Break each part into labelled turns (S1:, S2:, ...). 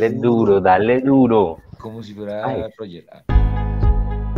S1: Dale duro, dale duro.
S2: Como si fuera
S1: Ay.
S2: Roger. Ah.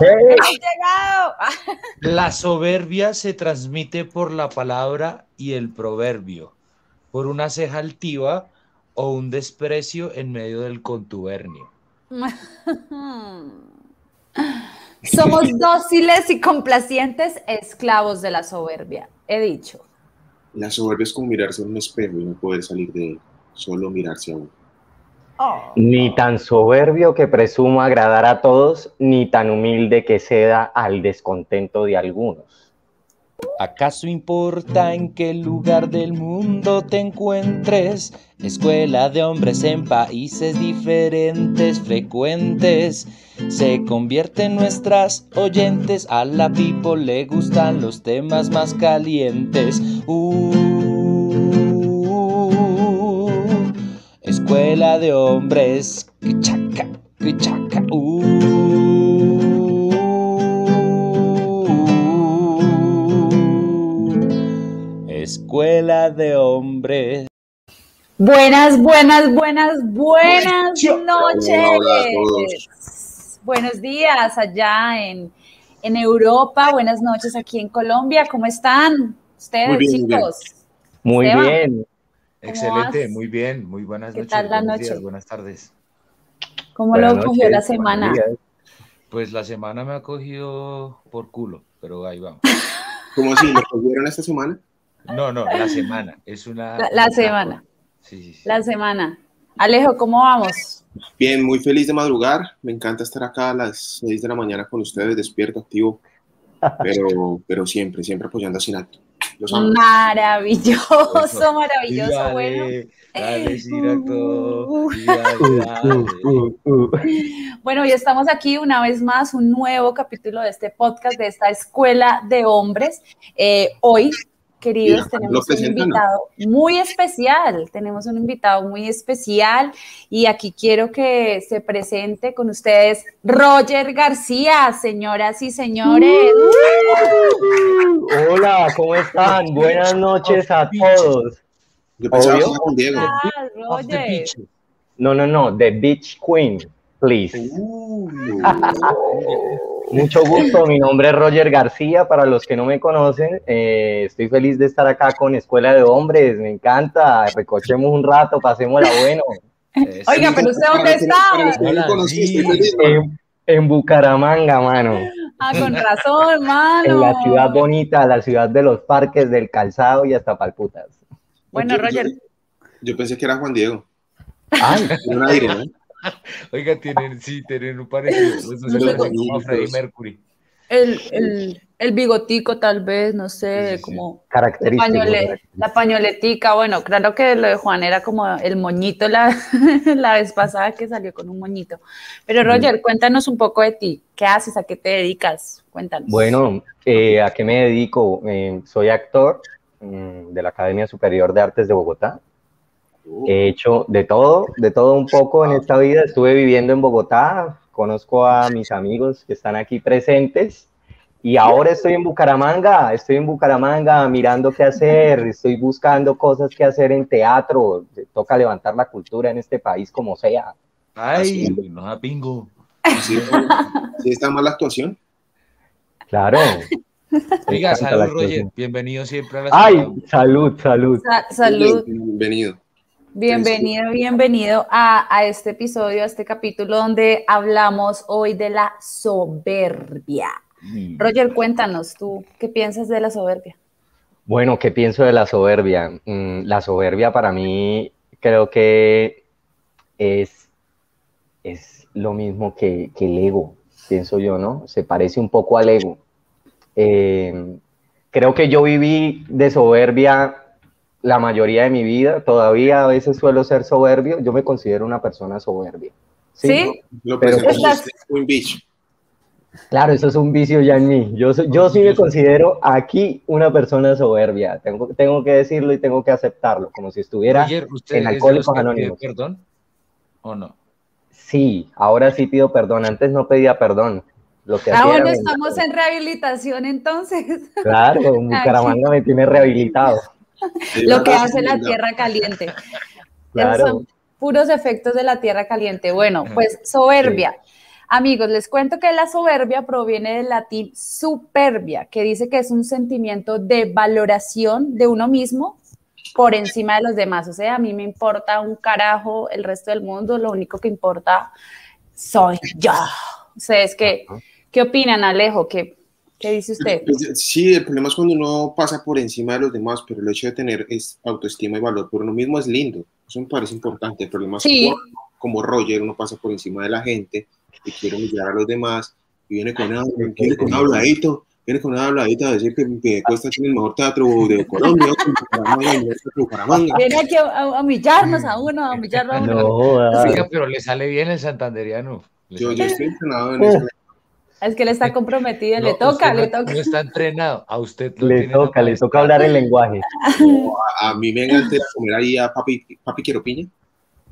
S3: ¡Hemos llegado! Ah,
S2: La soberbia se transmite por la palabra y el proverbio, por una ceja altiva o un desprecio en medio del contubernio.
S3: Somos dóciles y complacientes esclavos de la soberbia. He dicho.
S4: La soberbia es como mirarse en un espejo y no poder salir de él, solo mirarse a uno.
S3: Oh.
S1: Ni tan soberbio que presuma agradar a todos, ni tan humilde que ceda al descontento de algunos.
S2: ¿Acaso importa en qué lugar del mundo te encuentres? Escuela de hombres en países diferentes, frecuentes. Se convierten nuestras oyentes. A la people le gustan los temas más calientes. Uh, escuela de hombres. Cuchaca, cuchaca. Uh, escuela de hombres.
S3: Buenas, buenas, buenas, buenas
S4: Hola a todos.
S3: noches. Buenos días allá en, en Europa, buenas noches aquí en Colombia. ¿Cómo están ustedes,
S4: Muy bien, muy bien.
S3: chicos?
S1: Muy
S3: Esteban.
S1: bien.
S3: ¿Cómo
S2: Excelente,
S3: vas?
S2: muy bien, muy buenas
S3: ¿Qué
S2: noches.
S3: tal la
S2: buenos
S3: noche?
S2: días, buenas tardes.
S3: ¿Cómo
S1: Buenas
S3: lo cogió
S1: noches,
S3: la
S1: buenos
S3: semana?
S1: días.
S2: Pues la semana me ha cogido por culo, pero ahí vamos.
S4: ¿Cómo así? ¿Lo cogieron esta semana?
S2: No, no, la semana. Es una.
S3: La- la
S2: una-
S3: semana.
S2: Sí, sí, sí.
S3: La semana. Alejo, ¿cómo vamos?
S4: Bien, muy feliz de madrugar. Me encanta estar acá a las 6 de la mañana con ustedes, despierto, activo. Pero, pero siempre, siempre apoyando a Sinato. Los amo.
S3: Maravilloso,
S2: Eso. Y
S3: maravilloso,
S2: dale,
S3: bueno.
S2: Dale, Sirato.
S3: Uh.
S2: y dale,
S1: Uh,
S2: dale.
S1: uh, uh.
S3: Bueno, y estamos aquí una vez más, un nuevo capítulo de este podcast, de esta escuela de hombres. Eh, hoy, queridos,
S4: Mira, lo
S3: tenemos un
S4: presentan, ¿no?
S3: invitado muy especial, tenemos un invitado muy especial y aquí quiero que se presente con ustedes Roger García, señoras y señores.
S1: Hola, ¿cómo están? Buenas noches a todos.
S4: Yo pensaba que
S1: Obvio.
S4: era con Diego.
S3: Ah,
S2: Off the
S3: Roger.
S2: pitch.
S1: No, no, no, The Beach Queen, please.
S2: Uy,
S1: Mucho gusto, mi nombre es Roger García, para los que no me conocen, eh, estoy feliz de estar acá con Escuela de Hombres, me encanta, recochemos un rato, pasémosla bueno.
S2: eso.
S3: Oiga, pero ¿usted dónde
S4: Para los que no- para los que no lo
S2: estaba?
S4: conocí, estoy
S2: Sí.
S4: feliz, man.
S1: En, en Bucaramanga, mano,
S3: Ah, con razón, mano.
S1: en la ciudad bonita, la ciudad de los parques, del calzado y hasta palputas.
S3: Bueno,
S4: Yo- yo-
S3: Roger.
S4: Yo pensé que era Juan Diego.
S1: Ay,
S4: Era un aire,
S3: Eh.
S4: ¿no?
S2: Oiga, tienen, sí, tienen un parecido. Los dos
S3: No
S2: se
S3: sé
S2: parecen como a
S4: cómo-
S2: Freddie Mercury.
S3: El, el, el bigotico tal vez, no sé,
S2: Sí, sí, sí.
S3: como la,
S1: característico.
S3: pañole- la pañoletica, bueno, claro que lo de Juan era como el moñito la, la vez pasada que salió con un moñito. Pero Roger, cuéntanos un poco de ti, ¿qué haces, a qué te dedicas? Cuéntanos.
S1: Bueno, eh, ¿a qué me dedico? Eh, soy actor mm, de la Academia Superior de Artes de Bogotá.
S4: Oh,
S1: He hecho de todo, de todo un poco en esta vida. Estuve viviendo en Bogotá, conozco a mis amigos que están aquí presentes y ahora estoy en Bucaramanga, estoy en Bucaramanga mirando qué hacer, estoy buscando cosas que hacer en teatro. Toca levantar la cultura en este país como sea.
S2: Ay,
S4: Así.
S2: no da pingo.
S4: ¿Sí, sí está mal la actuación?
S1: Claro. Me
S2: Oiga,
S1: encanta la
S2: salud, Roger.
S1: actuación.
S2: Bienvenido siempre a la
S1: Ay,
S2: ciudad.
S1: salud, salud.
S3: Sa- salud,
S4: Bienvenido.
S3: bienvenido, bienvenido a, a este episodio, a este capítulo donde hablamos hoy de la soberbia.
S2: Mm.
S3: Roger, cuéntanos tú, ¿qué piensas de la soberbia?
S1: Bueno, ¿qué pienso de la soberbia? Mm, la soberbia para mí creo que es, es lo mismo que, que el ego, pienso yo, ¿no? Se parece un poco al ego. Eh, creo que yo viví de soberbia la mayoría de mi vida, todavía a veces suelo ser soberbio, yo me considero una persona soberbia.
S3: Sí, ¿Sí?
S4: Lo
S1: Pero-
S4: presentamos en
S3: Estás-
S4: Twin Beach.
S1: Claro, eso es un vicio ya en mí. Yo, so- yo sí me considero aquí una persona soberbia. Tengo, tengo que decirlo y tengo que aceptarlo, como si estuviera...
S5: Roger, ¿usted
S1: en
S5: es de
S1: Alcohólicos
S2: eh,
S5: los que pide
S1: Anónimos.
S5: perdón o no?
S1: Sí, ahora sí pido perdón. Antes no pedía perdón. Lo que hacía
S3: Ah,
S1: era
S3: bueno,
S1: mentir.
S3: estamos Ah, en rehabilitación entonces.
S1: Claro, en Bucaramanga me tiene rehabilitado.
S3: Lo que hace la tierra caliente. Esos
S1: Claro.
S3: son puros efectos de la tierra caliente. Bueno, pues soberbia. Amigos, les cuento que la soberbia proviene del latín superbia, que dice que es un sentimiento de valoración de uno mismo por encima de los demás. O sea, a mí me importa un carajo el resto del mundo, lo único que importa soy yo. O sea, es que, ¿qué opinan, Alejo? ¿Qué, qué dice usted?
S4: Pues, Sí, el problema es cuando uno pasa por encima de los demás, pero el hecho de tener es autoestima y valor por uno mismo es lindo. Eso me parece importante. El problema
S3: Sí.
S4: es cuando, como Roger, uno pasa por encima de la gente y quiere humillar a los demás y viene con, una- viene con un habladito, viene con un habladito a decir que, que Cuesta tiene el mejor teatro de Colombia, que Bucaramanga, el mejor teatro de Bucaramanga.
S3: Viene aquí a, a humillarnos a uno, a humillarlo a uno.
S1: No, ah,
S5: Oiga, pero le sale bien el santanderiano. Le
S4: Yo,
S5: sale
S4: yo
S5: bien.
S4: estoy entrenado en eso.
S3: Es que le está comprometido, le
S5: No,
S3: toca,
S5: usted no-
S3: le toca.
S5: No está entrenado. A usted lo
S1: le
S5: tienen
S1: toca, le toca hablar el lenguaje.
S4: A, a mí me encanta ir a comer ahí a papi, papi quiero piña.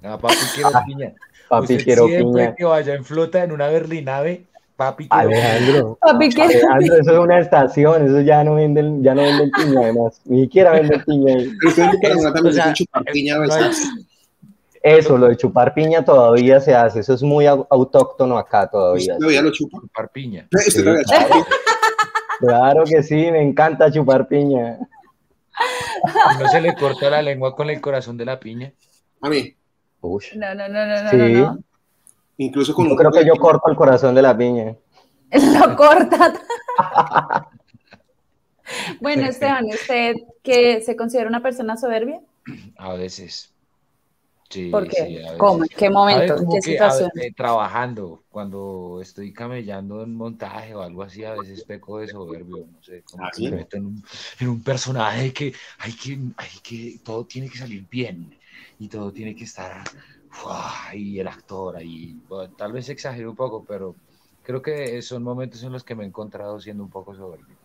S5: Ah, papi quiero piña.
S1: Papi,
S5: Usted
S1: quiero
S5: siempre
S1: piña.
S5: que vaya en flota en una berlinave, papi quiero piña.
S1: Alejandro,
S3: Papi, ¿qué?
S1: Alejandro, eso es una estación, eso ya no venden, ya no venden piña además, ni siquiera venden piña ahí.
S4: Usted en Bucaramanga
S5: o
S4: también
S5: sea,
S4: se chupar piña a
S5: no hay-
S4: veces.
S1: Eso, lo de chupar piña todavía se hace, eso es muy au- autóctono acá todavía.
S4: ¿Usted todavía lo chupa?
S5: Chupar piña.
S4: ¿Usted todavía chupa?
S1: Claro que sí, me encanta chupar piña.
S5: Y No se le corta la lengua con el corazón de la piña.
S4: A mí,
S1: Uy,
S3: No, no, no, no, no,
S1: Sí.
S3: no, no.
S4: incluso con
S1: yo creo que yo corto el corazón de la piña.
S3: Lo corta. bueno, Esteban, ¿usted que se considera una persona soberbia?
S5: A veces. Sí,
S3: ¿Por qué?
S5: sí, a veces.
S3: ¿Cómo? ¿En qué
S5: A
S3: momento?
S5: ver,
S3: ¿En
S5: como
S3: qué
S5: que, a
S3: situación?
S5: ver, eh, trabajando, cuando estoy camellando en montaje o algo así, a veces peco de soberbio, no sé, como
S4: Ah,
S5: que
S4: ¿sí?
S5: me meto en un, en un personaje que hay que, hay que, todo tiene que salir bien y todo tiene que estar, ¡fua! y el actor ahí, bueno, tal vez exagero un poco, pero creo que son momentos en los que me he encontrado siendo un poco soberbio.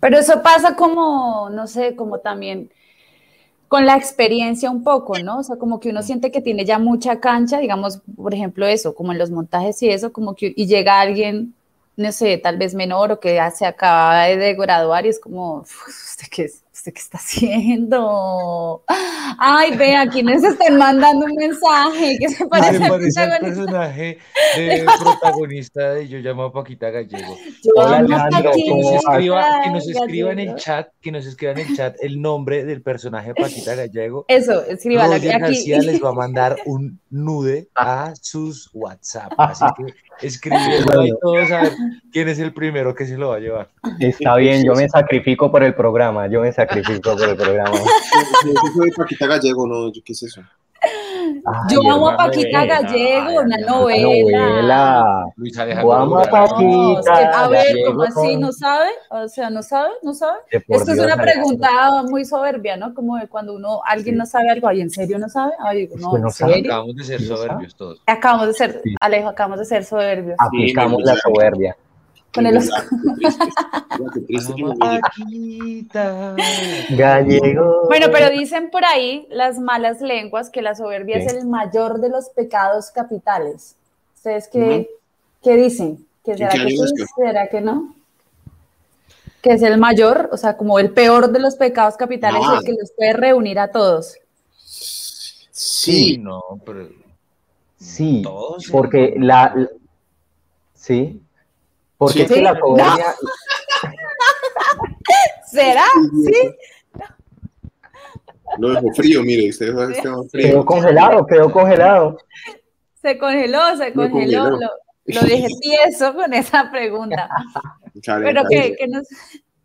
S3: Pero eso pasa como, no sé, como también con la experiencia un poco, ¿no? O sea, como que uno siente que tiene ya mucha cancha, digamos, por ejemplo, eso, como en los montajes y eso, como que, y llega alguien, no sé, tal vez menor o que ya se acaba de graduar y es como, "Uf, ¿usted qué, es? ¿Usted qué está haciendo? Ay, vea, quienes están mandando un mensaje que se
S5: Me
S3: parece al
S5: parece el
S3: protagonista.
S5: personaje de protagonista de Yo llamo a Paquita Gallego.
S3: Yo
S1: Hola,
S3: amo a
S1: Alejandro,
S3: Paquita
S5: que nos
S1: ¿cómo vas?
S5: escriba, que nos escriba en el
S3: Gallego.
S5: chat, que nos escriba en el chat el nombre del personaje Paquita Gallego.
S3: Eso, escríbalo
S5: Roger
S3: aquí.
S5: García les va a mandar un nude a sus WhatsApp. Así que escribiendo ahí todos a ver quién es el primero que se lo va a llevar.
S1: Está bien, yo me sacrifico por el programa, yo me sacrifico por el programa.
S4: Yo soy Paquita Gallego, no, yo- ¿qué es eso?
S1: Ay,
S3: Yo amo a
S1: hermano,
S3: Paquita
S5: novela,
S3: Gallego, una
S5: ay,
S3: novela.
S1: novela.
S5: Luis
S1: Yo
S5: Alejandro.
S1: amo a
S5: Durán.
S1: Paquita.
S3: No, es que, a ver, ¿cómo
S1: Gallego.
S3: así? ¿No sabe? O sea, ¿no sabe? ¿No sabe?
S1: Que por
S3: Esto es
S1: Dios,
S3: una
S1: Alejandro,
S3: pregunta muy soberbia, ¿no? Como de cuando uno, alguien
S1: Sí.
S3: no sabe algo, ay, ¿en serio no sabe? Ay, digo,
S1: Es
S3: no,
S1: que no
S3: ¿en
S1: sabe.
S3: serio?
S5: Acabamos de ser soberbios todos.
S3: Acabamos de ser,
S1: Sí.
S3: Alejo, acabamos de ser soberbios.
S1: Aplicamos la soberbia.
S3: Con el
S4: Mira, qué triste. Mira, qué triste que me
S5: Amo a
S4: humille.
S5: Paquita.
S1: Gallego.
S3: Bueno, pero dicen por ahí las malas lenguas que la soberbia
S1: Sí.
S3: es el mayor de los pecados capitales. ¿Ustedes qué,
S4: Ujú.
S3: qué dicen? ¿Que será
S4: qué
S3: que
S4: año
S3: sí?
S4: nació?
S3: ¿Será que no? Que es el mayor, o sea, como el peor de los pecados capitales,
S4: No.
S3: el que los puede reunir a todos.
S5: Uy,
S4: Sí,
S5: no, pero
S1: Sí,
S5: todos.
S1: porque la. la- Sí. Porque
S4: Sí.
S1: es que la
S5: Sí.
S1: soberbia.
S3: ¿Será? Sí.
S4: lo dejó frío, mire, usted dejó este man
S1: Quedó
S4: frío.
S1: congelado, quedó congelado.
S3: Se congeló, se
S4: Lo
S3: congeló.
S4: congeló.
S3: Lo, lo dejé tieso con esa pregunta. Pero
S4: Calentado.
S3: que, que nos,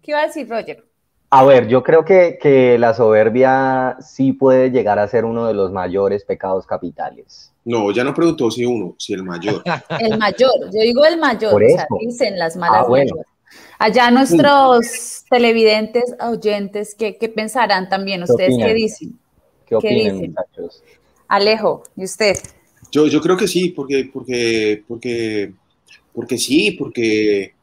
S3: ¿qué iba a decir Roger?
S1: A ver, yo creo que, que la soberbia sí puede llegar a ser uno de los mayores pecados capitales.
S4: No, ya no preguntó si uno, si el mayor.
S3: El mayor, yo digo el mayor,
S1: Por
S3: o sea,
S1: eso.
S3: dicen las malas
S1: Ah, bueno.
S3: lenguas. Allá nuestros televidentes, oyentes, ¿qué, qué pensarán también? ¿Ustedes qué
S1: opinan?
S3: dicen?
S1: ¿Qué opinan,
S3: dicen?
S1: muchachos?
S3: Alejo, ¿y usted?
S4: Yo, yo creo que sí, porque, porque, porque, porque sí, porque.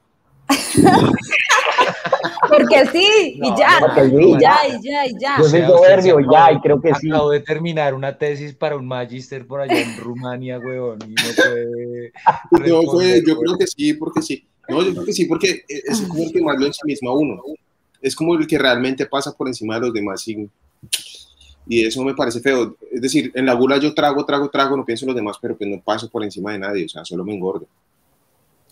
S3: Porque sí, y
S5: No,
S3: ya,
S1: porque sí.
S3: y ya, y ya, y Ah, ya.
S1: Yo soy
S5: sea,
S1: soberbio,
S5: usted se
S1: ya,
S5: acabó-
S1: y creo que sí.
S5: Acabo de terminar una tesis para un magíster por allá en Rumania, huevón, y no puede
S4: No, fue-
S5: responder,
S4: yo
S5: huevón.
S4: creo que sí, porque sí. No, yo creo que sí, porque es como el que más lo ensimisma a uno. Es como el que realmente pasa por encima de los demás. Y, y eso me parece feo. Es decir, en la gula yo trago, trago, trago, no pienso en los demás, pero pues no paso por encima de nadie, o sea, solo me engordo.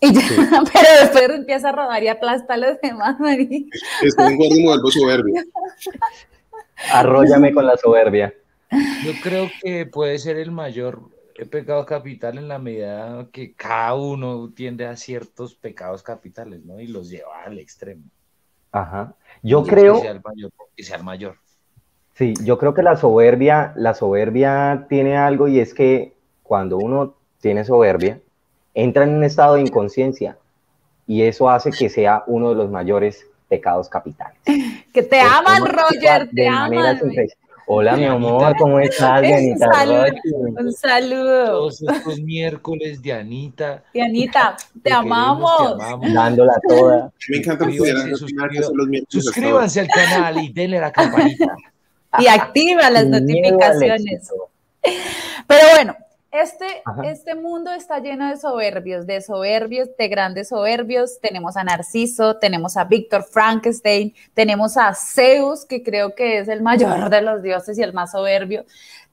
S3: Y ya, pero después empieza a rodar y aplasta a los demás, marica.
S4: Estoy engordo y me vuelvo soberbio.
S1: Arróllame con la soberbia.
S5: Yo creo que puede ser el mayor pecado capital en la medida que cada uno tiende a ciertos pecados capitales, ¿no? Y los lleva al extremo.
S1: Ajá. Yo
S5: Y
S1: creo,
S5: Que sea el mayor. Que sea el mayor.
S1: sí, yo creo que la soberbia, la soberbia tiene algo y es que cuando uno tiene soberbia, entra en un estado de inconsciencia y eso hace que sea uno de los mayores pecados capitales.
S3: Que te
S1: Pues,
S3: aman,
S1: uno
S3: Roger,
S1: actúa
S3: te
S1: de manera
S3: aman.
S1: sensacional. Hola, mi
S5: Dianita.
S1: amor, ¿cómo estás,
S3: Eso,
S1: Dianita?
S3: salud.
S1: Rochi?
S3: Un saludo.
S5: Todos estos miércoles de Anita.
S3: Dianita, te,
S5: queremos,
S3: amamos.
S5: Te amamos.
S1: Dándola toda.
S4: Me encanta que
S5: Suscríbanse,
S4: pudieran
S5: suscríbanse.
S4: hacer los miércoles hasta ahora.
S5: Suscríbanse al canal y denle a la campanita.
S3: Y activa las
S1: Sin miedo al
S3: notificaciones.
S1: éxito.
S3: Pero bueno, este,
S1: Ajá.
S3: este mundo está lleno de soberbios, de soberbios, de grandes soberbios. Tenemos a Narciso, tenemos a Víctor Frankenstein, tenemos a Zeus, que creo que es el mayor de los dioses y el más soberbio.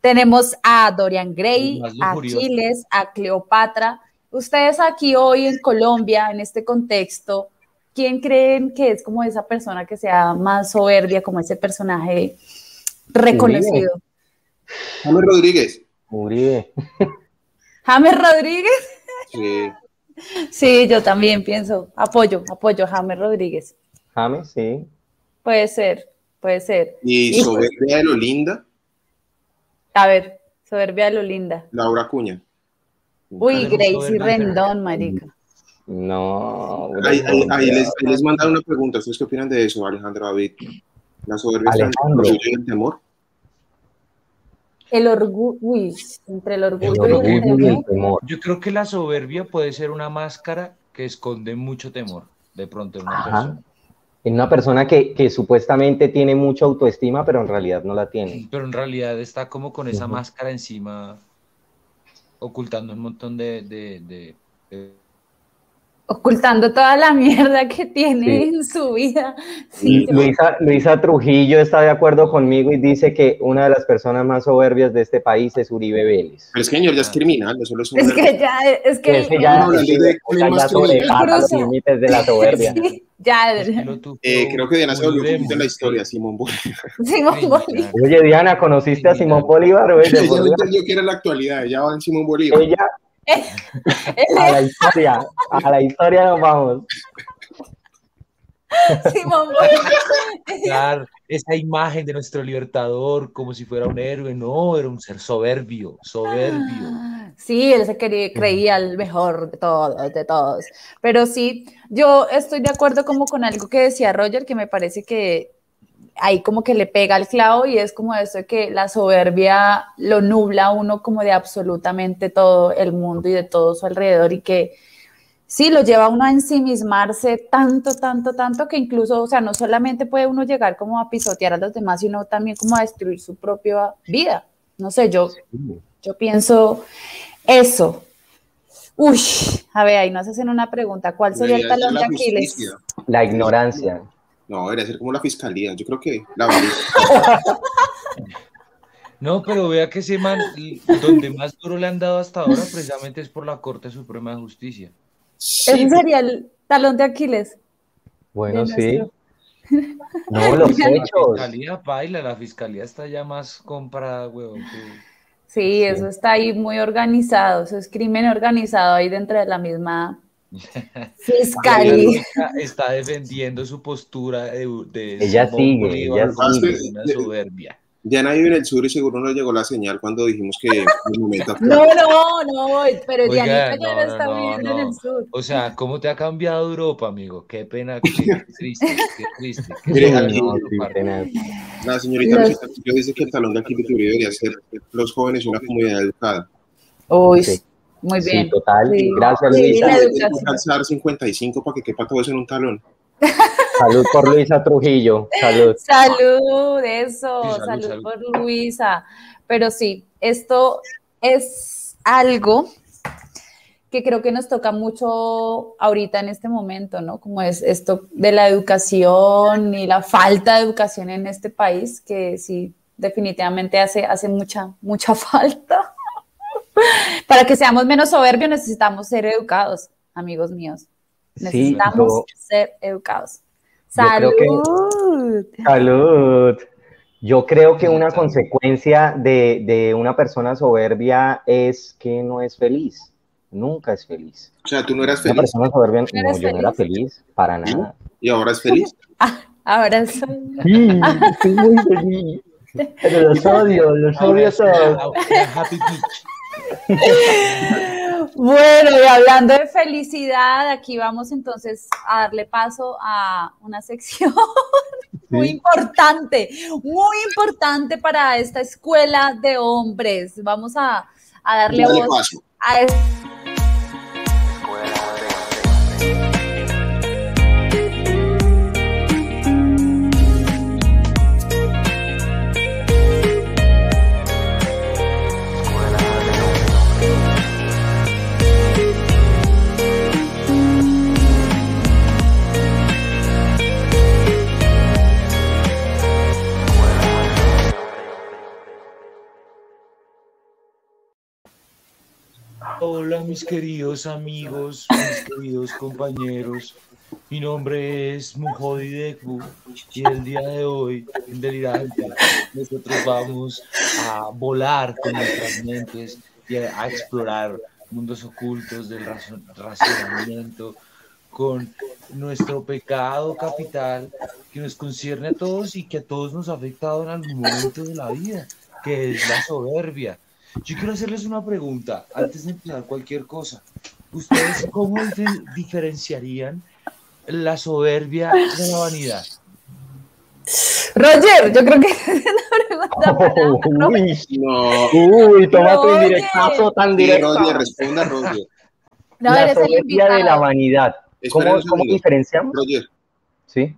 S3: Tenemos a Dorian Gray,
S5: El más
S3: a
S5: lujurioso.
S3: Aquiles, a Cleopatra. Ustedes aquí hoy en Colombia, en este contexto, ¿quién creen que es como esa persona que sea más soberbia, como ese personaje reconocido?
S4: James Rodríguez.
S1: Uribe.
S3: James Rodríguez.
S4: Sí.
S3: Sí, yo también pienso, apoyo, apoyo James Rodríguez.
S1: James, sí.
S3: Puede ser, puede ser.
S4: Y soberbia de lo linda,
S3: A ver, soberbia de lo linda.
S4: Laura Cuña.
S3: Uy,
S5: Tenemos
S3: Gracie
S5: soberbia.
S3: Rendón,
S1: Mm.
S3: marica.
S1: No.
S4: Ahí,
S1: Uribe.
S4: ahí- ahí les, ahí les mandaron una pregunta. ¿Ustedes qué opinan de eso, Alejandro David? ¿La soberbia está entre el
S1: Alejandro.
S4: orgullo y el temor?
S3: El orgullo, uy, entre el
S1: El
S3: orgullo y el
S1: orgullo y el
S3: temor.
S1: temor.
S5: Yo creo que la soberbia puede ser una máscara que esconde mucho temor. De pronto en una
S1: Ajá.
S5: persona.
S1: En una persona que, que supuestamente tiene mucha autoestima, pero en realidad no la tiene.
S5: Pero en realidad está como con esa
S1: Ujú.
S5: máscara encima, ocultando un montón de... de- de- de-
S3: Ocultando toda la mierda que tiene
S1: Sí.
S3: en su vida. Sí,
S1: Y
S3: yo-
S1: Luisa, Luisa Trujillo está de acuerdo conmigo y dice que una de las personas más soberbias de este país es Uribe Vélez.
S4: Pero es que señor ya es criminal, eso lo es un...
S3: es que ya, es que,
S1: Es que
S4: ya-
S1: ya,
S4: Hablando de
S1: ya
S4: temas
S1: sobrepasa los
S3: criminales.
S1: límites de la soberbia.
S3: sí, ya,
S5: Estilo tú,
S4: Eh, creo que Diana se volvió un
S5: Uribe,
S4: poquito en la historia, Simón Bolívar.
S3: Simón
S5: Criminal.
S3: Bolívar.
S1: Oye, Diana, ¿conociste a Simón Bolívar? Oye,
S4: Ella
S1: de por Dios.
S4: entendió que era la actualidad, ella va en Simón Bolívar.
S1: Ella, a la historia, a la historia nos vamos.
S3: Simón Bolívar.
S5: dar esa imagen de nuestro libertador como si fuera un héroe, no, era un ser soberbio,
S3: Ah.
S5: soberbio.
S3: Sí, él se quería- creía el mejor de todos, de todos. Pero sí, yo estoy de acuerdo como con algo que decía Roger, que me parece que ahí como que le pega al clavo y es como eso de que la soberbia lo nubla a uno como de absolutamente todo el mundo y de todo su alrededor y que sí, lo lleva a uno a ensimismarse tanto, tanto, tanto que incluso, o sea, no solamente puede uno llegar como a pisotear a los demás, sino también como a destruir su propia vida. No sé, yo... Yo pienso eso. Uy, a ver, ahí nos hacen una pregunta. ¿Cuál sería el
S4: Debería ser
S3: talón de
S4: la
S3: Aquiles?
S4: justicia.
S1: La ignorancia.
S4: No, debería ser como la fiscalía, yo creo que la avaricia.
S5: No, pero vea que ese man, donde más duro le han dado hasta ahora, precisamente es por la Corte Suprema de Justicia.
S4: Sí,
S3: Ese sería el talón de Aquiles.
S1: Bueno,
S3: de
S1: sí.
S3: nuestro-
S1: No, los
S5: La
S1: hechos.
S5: fiscalía baila, la fiscalía está ya más comprada, huevón. que-
S3: Sí, eso está ahí muy organizado. Eso es crimen organizado ahí dentro de la misma fiscalía.
S5: Está, está defendiendo su postura de, de
S1: Ella
S5: Simón
S1: sigue,
S5: Bolívar
S1: ella
S5: con
S4: sigue.
S5: una soberbia.
S4: Diana vive en el sur y seguro nos llegó la señal cuando dijimos que el momento actual.
S3: No, no, no, pero
S5: Oiga,
S3: Dianita ya
S5: no,
S3: no
S5: no,
S3: está
S5: no,
S3: viviendo
S5: no.
S3: en el sur.
S5: O sea, ¿cómo te ha cambiado Europa, amigo? Qué pena, qué, qué triste, qué triste. qué
S4: Mire,
S5: pena,
S4: aquí-
S5: no,
S1: Sí,
S5: compadre.
S1: tenaz.
S4: La señorita
S3: Los-
S4: Rosita Trujillo dice que el talón de Aquiles de Uribe debería ser los jóvenes y una comunidad educada.
S3: Uy, muy bien.
S1: Sí, total.
S3: Sí.
S1: Gracias,
S3: Sí,
S1: Luisa.
S3: la
S4: Hay que
S3: educación.
S4: alzar 55 para que quepa todo eso en un talón.
S1: Salud por Luisa Trujillo. Salud.
S3: Salud, eso,
S5: Sí,
S3: salud,
S5: salud, salud.
S3: por Luisa. Pero sí, esto es algo que creo que nos toca mucho ahorita en este momento, ¿no? Como es esto de la educación y la falta de educación en este país, que sí, definitivamente hace, hace mucha, mucha falta. Para que seamos menos soberbios necesitamos ser educados, amigos míos.
S1: Sí,
S3: Necesitamos
S1: yo-
S3: ser educados.
S1: Yo creo
S3: Salud.
S1: que- Salud. Yo creo que una consecuencia de, de una persona soberbia es que no es feliz. Nunca es feliz.
S4: O sea, tú no eras
S1: Una
S4: feliz
S1: persona soberbia,
S3: ¿No
S1: no,
S3: eres
S1: yo no era feliz para nada.
S4: y ahora es feliz.
S3: Ahora soy.
S1: Sí, estoy muy feliz. Pero los odio, los odio a todos.
S5: Happy Beach.
S3: Bueno, y hablando de felicidad, aquí vamos entonces a darle paso a una sección muy importante, muy importante para esta escuela de hombres. Vamos a, a darle
S4: Dale
S3: voz
S4: paso.
S3: a es-
S5: Hola mis queridos amigos, mis queridos compañeros. Mi nombre es Mujodi Dekbu y el día de hoy, en Delirante, nosotros vamos a volar con nuestras mentes y a, a explorar mundos ocultos del razo- razonamiento con nuestro pecado capital que nos concierne a todos y que a todos nos ha afectado en algún momento de la vida, que es la soberbia. Yo quiero hacerles una pregunta antes de empezar cualquier cosa. ¿Ustedes cómo dife- diferenciarían la soberbia de la vanidad?
S3: Roger, yo creo que es una
S1: Oh,
S3: pregunta para
S1: Uy,
S4: No,
S1: uy, tómate un
S3: Oye.
S1: directazo tan
S4: Roger,
S1: directo.
S4: responda, Roger.
S3: No,
S1: la
S3: eres el
S1: soberbia de la
S3: invitado.
S1: vanidad.
S4: Espera
S1: ¿Cómo,
S4: un
S1: cómo
S4: segundo.
S1: diferenciamos?
S4: Roger,
S1: Sí.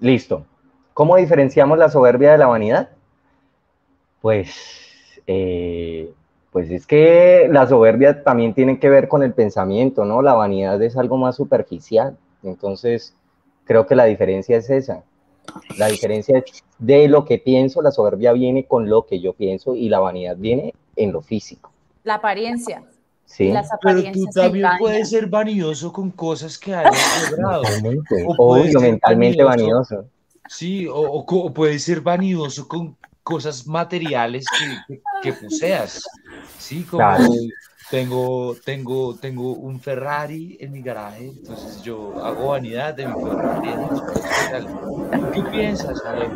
S1: Listo. ¿Cómo diferenciamos la soberbia de la vanidad? Pues, eh, pues es que la soberbia también tiene que ver con el pensamiento, ¿no? La vanidad es algo más superficial. Entonces, creo que la diferencia es esa. La diferencia es de lo que pienso, la soberbia viene con lo que yo pienso y la vanidad viene en lo físico.
S3: La apariencia
S1: ¿sí?
S3: y las
S5: Pero tú
S3: apariencias
S5: también
S3: engañan.
S5: puedes ser vanidoso con cosas que hayas logrado.
S1: Mentalmente,
S5: O puede
S1: Obvio,
S5: ser
S1: mentalmente
S5: vanidoso.
S1: vanidoso.
S5: Sí, o, o co- o puedes ser vanidoso con cosas materiales que, que- que poseas. Sí, como
S1: Claro.
S5: tengo, tengo, tengo un Ferrari en mi garaje, entonces yo hago vanidad de mi Ferrari. entonces, ¿qué tal? ¿Qué piensas, Ale?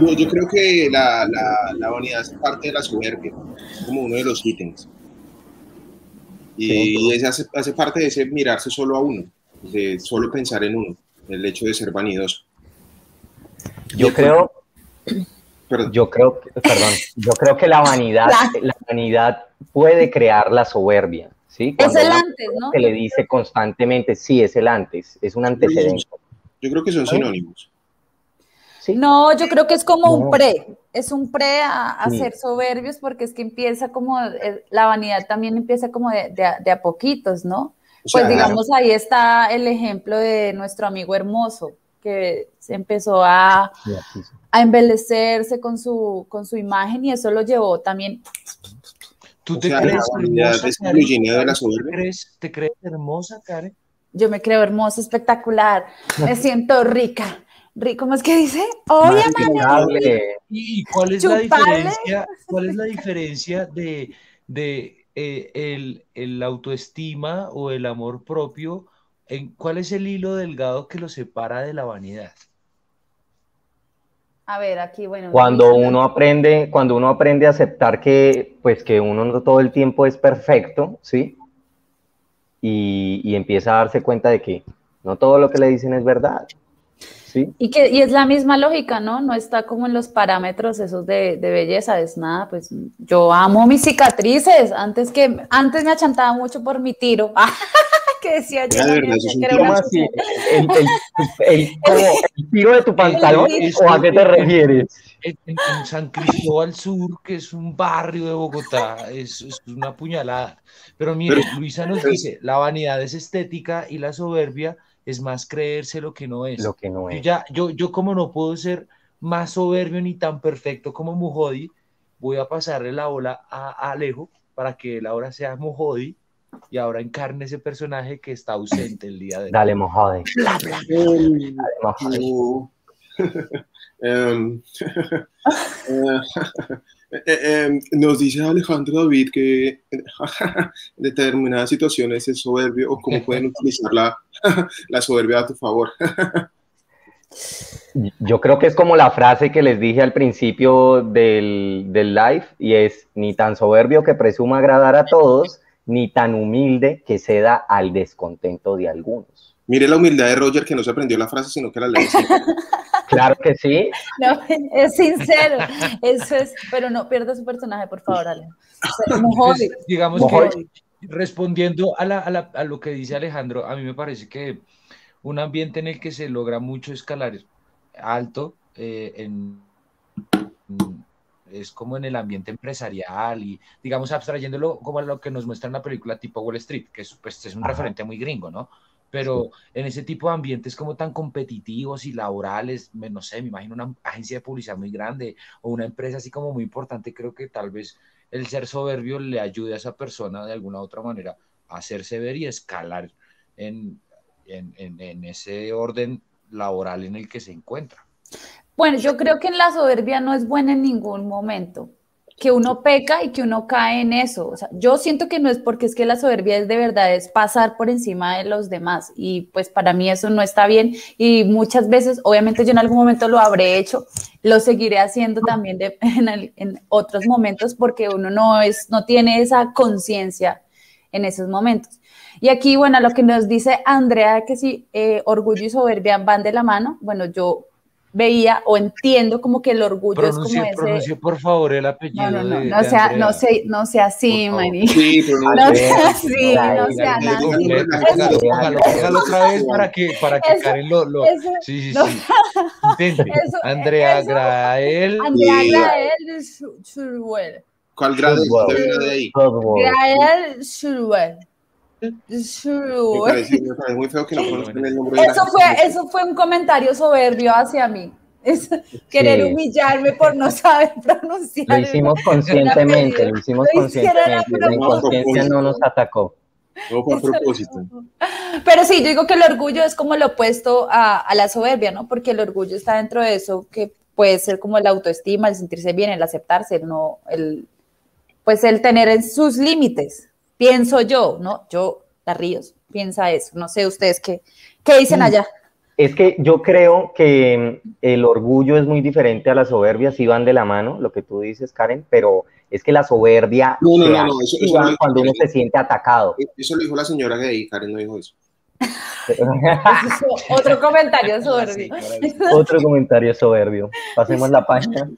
S4: yo, yo creo que la, la, la vanidad es parte de la soberbia, es como uno de los ítems. Y es- hace, hace parte de ese mirarse solo a uno, de solo pensar en uno, el hecho de ser vanidoso.
S1: Yo creo,
S4: Perdón,
S1: Yo creo, que- perdón, yo creo que la vanidad, la vanidad puede crear la soberbia, ¿sí?
S3: Es
S1: Cuando
S3: el
S1: una-
S3: antes, ¿no?
S1: se le dice constantemente, sí, es el antes, es un antecedente.
S4: yo creo que son sinónimos.
S1: ¿sí?
S3: No, yo creo que es como un
S1: No.
S3: pre, es un pre a, a
S1: Sí.
S3: ser soberbios porque es que empieza como, eh, la vanidad también empieza como de, de a, de a poquitos, ¿no?
S4: O sea,
S3: Pues digamos, ahí está el ejemplo de nuestro amigo hermoso que se empezó a,
S1: Sí, así sí.
S3: a embelecerse con su, con su imagen y eso lo llevó también.
S5: ¿Tú
S4: O
S5: te
S4: sea, la
S5: crees
S4: vanidad
S5: hermosa,
S4: es
S5: Karen?
S4: excluyente de este la
S5: ¿Te
S4: soberbia.
S5: crees- ¿Te crees hermosa, Karen?
S3: Yo me creo hermoso, espectacular, me siento rica. Ri- ¿Cómo es que dice? Obviamente.
S1: Manipulable.
S5: ¿Y y cuál es la
S3: Chupale.
S5: diferencia? ¿Cuál es la diferencia de, de eh, el, el autoestima o el amor propio? En, ¿cuál es el hilo delgado que lo separa de la vanidad?
S3: A ver, aquí, bueno.
S1: Cuando
S3: revisando.
S1: uno aprende, cuando uno aprende a aceptar que, pues, que uno no todo el tiempo es perfecto, ¿sí? Y, y empieza a darse cuenta de que no todo lo que le dicen es verdad. Sí.
S3: Y, que, y es la misma lógica, ¿no? No está como en los parámetros esos de, de belleza, es nada, pues yo amo mis cicatrices, antes que antes me achantaba mucho por mi tiro, que decía yo,
S4: Ya, de
S3: "Ay,
S4: verdad, eso es un
S3: que era
S4: tiro
S3: una-
S1: ¿Cómo así? ¿El, el, el- como el tiro de tu pantalón o a qué te refieres?
S5: En, en San Cristóbal Sur, que es un barrio de Bogotá, es, es una puñalada. Pero mire, Luisa nos dice, la vanidad es estética y la soberbia es más creerse lo que no es.
S1: Lo que no
S5: Yo,
S1: es.
S5: ya, yo, yo como no puedo ser más soberbio ni tan perfecto como Mujodi, voy a pasarle la bola a, a Alejo para que él ahora sea Mujodi y ahora encarne ese personaje que está ausente el día de hoy.
S1: Dale, mojade. Dale,
S4: Em,
S1: mojade.
S4: no. Em, eh, em, nos dice Alejandro David que en determinadas situaciones es soberbio o cómo pueden utilizar la, la soberbia a tu favor.
S1: Yo creo que es como la frase que les dije al principio del, del live y es ni tan soberbio que presuma agradar a todos, ni tan humilde que ceda al descontento de algunos.
S4: Mire la humildad de Roger que no se aprendió la frase, sino que la leyó.
S1: Claro que sí,
S3: No, es sincero, eso es, pero no pierda su personaje, por favor, Ale. Es un hobby.
S5: Entonces, digamos
S1: Mujodi.
S5: que respondiendo a, la- a la- a lo que dice Alejandro, a mí me parece que un ambiente en el que se logra mucho escalar alto eh, en- en- es como en el ambiente empresarial y digamos abstrayéndolo como a lo que nos muestra en la película tipo Wall Street, que es, pues, es un
S1: Ajá.
S5: referente muy gringo, ¿no? Pero en ese tipo de ambientes como tan competitivos y laborales, me- no sé, me imagino una agencia de publicidad muy grande o una empresa así como muy importante, creo que tal vez el ser soberbio le ayude a esa persona de alguna u otra manera a hacerse ver y a escalar en, en, en- en ese orden laboral en el que se encuentra.
S3: Bueno, yo creo que en la soberbia no es buena en ningún momento. Que uno peca y que uno cae en eso. O sea, yo siento que no es porque es que la soberbia es de verdad, es pasar por encima de los demás. Y pues para mí eso no está bien. Y muchas veces, obviamente yo en algún momento lo habré hecho, lo seguiré haciendo también de- en, el- en otros momentos porque uno no, es, no tiene esa conciencia en esos momentos. Y aquí, bueno, lo que nos dice Andrea, que si eh, orgullo y soberbia van de la mano, bueno, yo veía o entiendo como que el orgullo
S5: Pronuncie,
S3: es como ese...
S5: pronuncie, por favor el
S3: No,
S5: apellido
S3: no, no,
S5: de,
S3: no
S5: de
S3: sea,
S5: Andrea.
S3: no sea, no sea así,
S5: Por favor.
S3: Mani.
S4: Sí, pero no,
S3: No
S1: Andrea,
S3: sea así,
S1: Andrea,
S3: no sea así.
S4: Andrea, Andrea,
S5: Póngalo,
S4: Andrea,
S5: póngalo,
S3: Eso-
S5: póngalo, póngalo otra vez para que, para que
S3: Eso-
S5: Karen lo... lo-
S3: eso-
S5: sí, sí,
S3: no.
S5: sí. Intente.
S3: Eso-
S5: Andrea
S3: eso-
S5: Grael.
S3: Andrea
S4: Sí.
S3: Grael Schurwell.
S4: ¿Cuál grado
S1: Wow.
S4: de vida de ahí?
S1: Softball.
S3: Grael Schurwell.
S4: Me
S3: Schurwell.
S4: parece, me parece muy feo que no conozcan el nombre de la
S3: Eso
S4: gente.
S3: fue, eso fue un comentario soberbio hacia mí. Es querer
S1: Sí.
S3: humillarme por no saber pronunciar.
S1: Lo
S3: el-
S1: hicimos conscientemente, lo hicimos
S3: Lo hicieron a
S1: conscientemente. La inconsciencia no nos atacó.
S4: No, por propósito.
S3: Pero sí, yo digo que el orgullo es como lo opuesto a, a la soberbia, ¿no? Porque el orgullo está dentro de eso que puede ser como la autoestima, el sentirse bien, el aceptarse, el no, el, pues el tener en sus límites. Pienso yo, ¿no? Yo, la Ríos, piensa eso. No sé ustedes qué, qué dicen
S1: Mm.
S3: allá.
S1: Es que yo creo que mm, el orgullo es muy diferente a la soberbia, si van de la mano, lo que tú dices, Karen, pero es que la soberbia
S4: No, no,
S1: se
S4: no, no, eso- eso
S1: activa
S4: no es-
S1: cuando uno se siente atacado.
S4: Eso lo dijo la señora Gay, Karen no dijo eso.
S3: Eso es otro comentario
S5: Sí,
S3: soberbio.
S5: claro.
S1: Otro comentario soberbio. Pasemos la página.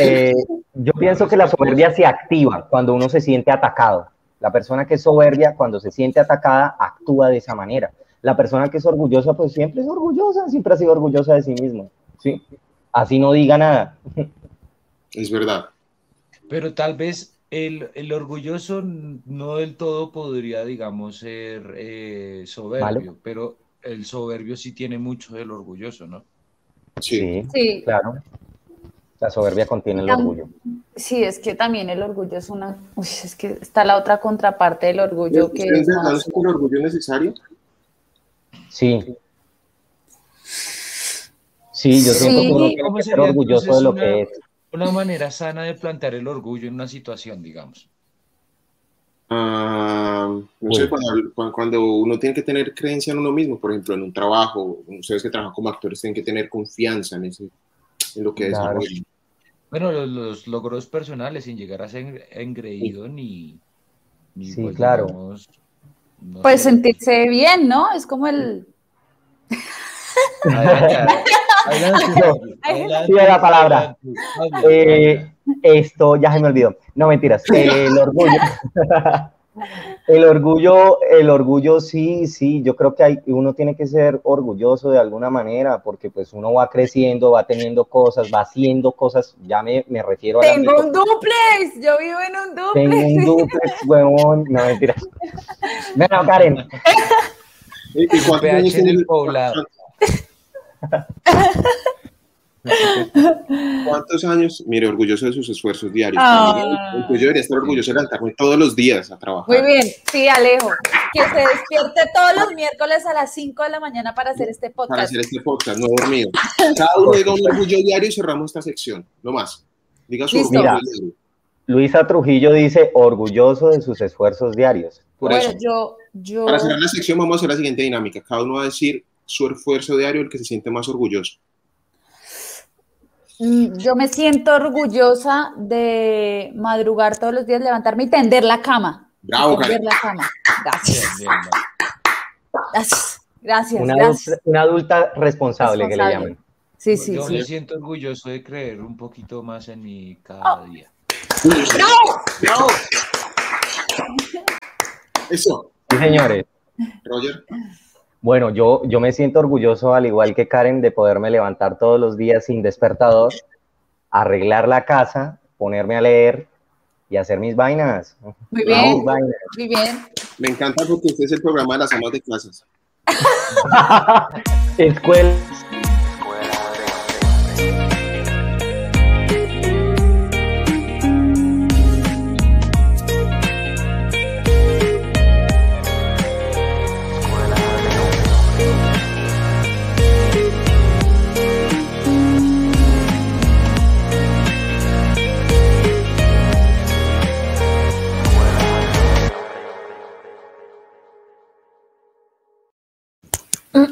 S1: Eh, yo pienso que la soberbia se activa cuando uno se siente atacado. La persona que es soberbia, cuando se siente atacada, actúa de esa manera. La persona que es orgullosa, pues siempre es orgullosa, siempre ha sido orgullosa de sí mismo. ¿sí? Así no diga nada.
S4: Es verdad.
S5: Pero tal vez el, el orgulloso no del todo podría, digamos, ser eh, soberbio,
S1: Malo.
S5: pero el soberbio sí tiene mucho del orgulloso, ¿no?
S4: Sí.
S3: Sí,
S1: Claro. La soberbia contiene el
S3: Am-
S1: orgullo.
S3: sí, es que también el orgullo es una. Uy, es que está la otra contraparte del orgullo que
S4: ¿Ustedes
S3: es
S4: de verdad no
S3: más.
S4: sienten orgullo necesario?
S1: Sí. Sí, yo
S3: Sí.
S1: siento que uno
S5: ¿Cómo
S1: tiene que ser
S5: sería
S1: orgulloso
S5: entonces
S1: de lo
S5: una-
S1: que es.
S5: Una manera sana de plantear el orgullo en una situación, digamos.
S4: Ah, no sé,
S1: Sí.
S4: cuando, cuando- cuando uno tiene que tener creencia en uno mismo, por ejemplo, en un trabajo, ustedes que trabajan como actores tienen que tener confianza en, ese, en lo que
S1: Claro.
S4: desarrollan.
S5: Bueno, los, los logros personales sin llegar a ser engreído ni, ni, pues,
S1: Sí, claro.
S5: digamos, no
S3: Pues
S5: sé.
S3: sentirse bien, ¿no? Es como el.
S5: Adelante, adelante,
S1: Yo,
S5: adelante,
S1: pido la palabra.
S5: adelante, hable,
S1: Eh, esto ya se me olvidó. No mentiras. eh, el orgullo. el orgullo, el orgullo, sí, sí. Yo creo que hay, uno tiene que ser orgulloso de alguna manera, porque pues uno va creciendo, va teniendo cosas, va haciendo cosas. Ya me, me refiero a
S3: Tengo un duplex, yo vivo en un
S1: Tengo
S3: duplex.
S1: un duplex, huevón. No mentiras. No, no, Karen.
S4: ¿Y
S2: Un
S4: cuántos años
S2: PH en
S4: tiene
S2: el
S4: el-
S2: poblado.
S4: ¿Cuántos años? Mire, orgulloso de sus esfuerzos diarios.
S6: Ah.
S4: Pues yo debería estar orgulloso de levantarme todos los días a trabajar.
S3: Muy bien, sí, Alejo. Que se despierte todos los miércoles a las 5 de la mañana para hacer este
S4: Para
S3: podcast.
S4: hacer este podcast, no he dormido. Cada uno diga un orgullo diario y cerramos esta sección. No más. Diga su
S3: Listo.
S4: orgullo
S1: Mira.
S4: diario.
S1: Luisa Trujillo dice orgulloso de sus esfuerzos diarios.
S4: Por
S3: bueno,
S4: eso.
S3: yo, yo,
S4: Para cerrar la sección, vamos a hacer la siguiente dinámica. Cada uno va a decir su esfuerzo diario, el que se siente más orgulloso.
S3: mm, yo me siento orgullosa de madrugar todos los días, levantarme y tender la cama.
S4: Bravo,
S3: tender
S4: Karen.
S3: la cama.
S2: Bien,
S3: Gracias,
S2: bien, bien.
S3: gracias, gracias.
S1: Una,
S3: gracias.
S1: adulta- una adulta responsable que le
S3: Responsable.
S1: llaman.
S3: Sí, sí,
S5: Yo
S3: sí.
S5: me siento orgulloso de creer un poquito más en mí
S3: Oh.
S5: cada día.
S4: ¡Bravo! Eso.
S1: Sí, señores.
S4: Roger,
S1: Bueno, yo, yo me siento orgulloso, al igual que Karen, de poderme levantar todos los días sin despertador, arreglar la casa, ponerme a leer y hacer mis vainas.
S3: Muy
S1: Hago
S3: bien,
S1: mis vainas.
S3: muy bien.
S4: me encanta porque este es el programa de las amas de clases.
S1: Escuela.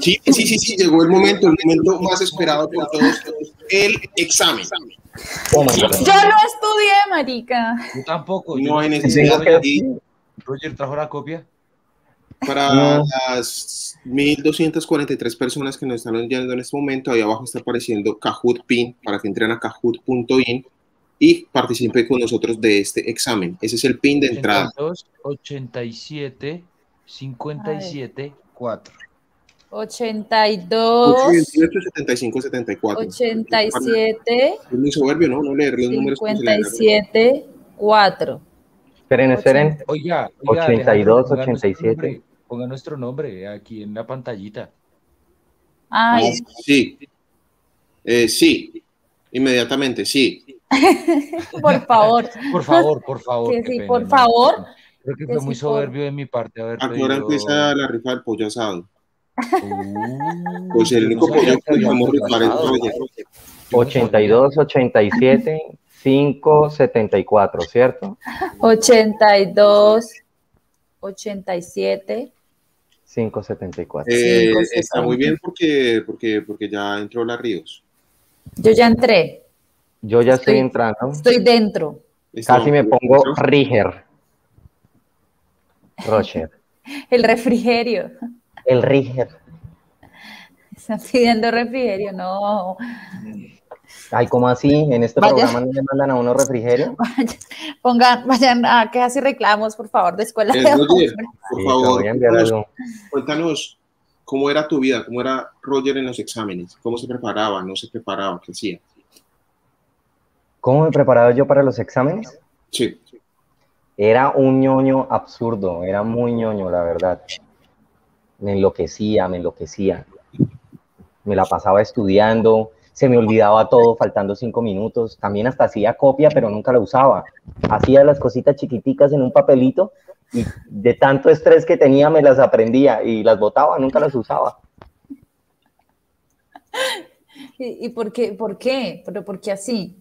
S4: Sí, sí, sí, sí, llegó el momento, el momento más esperado por todos, todos, el examen.
S1: Oh my God.
S3: Yo no estudié, marica.
S5: Yo tampoco. yo
S4: No hay
S5: sé
S4: necesidad
S5: si
S4: de
S5: Roger- Roger trajo la copia.
S4: Para
S1: No.
S4: las 1243 personas que nos están oyendo en este momento, ahí abajo está apareciendo Kahoot Pin para que entren a kahoot.in y participen con nosotros de este examen. Ese es el pin de entrada.
S5: 82, 87, 57, 4.
S3: 82,
S4: 88, 75, 74.
S3: 87,
S4: Es muy soberbio, ¿no? No leer los números. como se le da la gana.
S3: 57, 4.
S1: Esperen, esperen.
S5: Oiga, oiga
S1: 82,
S5: Alejandro, ponga nuestro
S1: 87.
S5: nombre, Ponga nuestro nombre aquí en la pantallita.
S3: Ay,
S4: Ah, Sí. Eh, sí. Inmediatamente, sí.
S3: por favor.
S5: Por favor, por favor.
S3: Que
S5: qué
S3: sí,
S5: pena,
S3: por
S5: hermano.
S3: favor.
S5: Creo que
S3: Que
S5: fue
S3: sí,
S5: muy
S3: por-
S5: soberbio de mi parte haber
S4: ¿A qué hora
S5: pedido-
S4: empieza la rifa del pollo asado?
S5: Uh,
S4: Pues el
S5: yo
S4: único
S5: no sabía
S4: pollo
S5: que
S4: que
S5: había
S4: podemos rifar es
S5: pasado.
S4: Roger.
S1: 82, 87, 5, 74, ¿cierto?
S3: 82, 87.
S1: 5, 74.
S4: Eh,
S3: Cinco, seis,
S4: está muy bien porque, porque, porque ya entró la Ríos.
S3: Yo ya entré.
S1: Yo ya estoy
S3: estoy-
S1: entrando.
S3: Estoy dentro.
S4: Está-
S1: Casi me pongo Riger. Roger.
S3: El refrigerio.
S1: El Riger.
S3: Están pidiendo refrigerio. No.
S1: Ay, ¿cómo así? En este
S3: Vaya.
S1: programa no le mandan a uno refrigerio.
S3: Pongan, vayan a quejas y reclamos, por favor, de escuela de
S4: Eh, Roger,
S3: hombres.
S4: por
S1: Sí,
S4: favor, pues.
S1: te voy a enviar
S4: cuéntanos,
S1: algo.
S4: cuéntanos cómo era tu vida, cómo era Roger en los exámenes, cómo se preparaba, no se preparaba, qué hacía.
S1: ¿Cómo me preparaba yo para los exámenes?
S4: Sí,
S1: Era un ñoño absurdo, era muy ñoño, la verdad. Me enloquecía, me enloquecía. Me la pasaba estudiando, se me olvidaba todo, faltando cinco minutos. También hasta hacía copia, pero nunca la usaba. Hacía las cositas chiquiticas en un papelito y de tanto estrés que tenía me las aprendía y las botaba, nunca las usaba.
S3: ¿Y, y por qué? ¿Por qué? ¿Pero por qué así?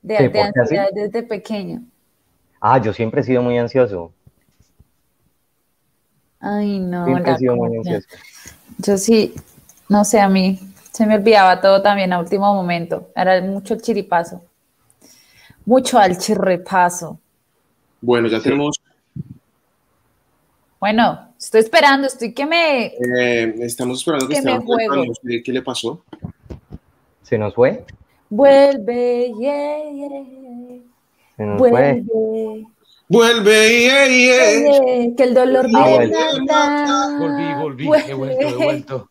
S3: De,
S1: ¿Qué,
S3: de
S1: por qué así?
S3: ansiedad desde pequeño.
S1: Ah, yo siempre he sido muy ansioso.
S3: Ay, no.
S1: Siempre he
S3: la
S1: sido muy
S3: concha.
S1: ansioso.
S3: Yo sí, no sé, a mí se me olvidaba todo también a último momento. Era mucho el chiripazo. Mucho al chirrepazo.
S4: bueno, ya tenemos
S3: Bueno, estoy esperando, estoy que me...
S4: Eh, estamos esperando que,
S3: Que me
S4: Esteban vuelva,
S3: juego.
S4: no sé ¿Qué le pasó?
S1: Se nos fue.
S3: Vuelve, yeah, yeah,
S1: Se nos fue.
S3: vuelve,
S4: Vuelve, yeah, yeah.
S3: yeah, que el dolor
S1: Ah,
S3: me
S4: bueno.
S3: mata.
S5: Volví, volví, he vuelto, he
S3: Vuelve.
S5: vuelto.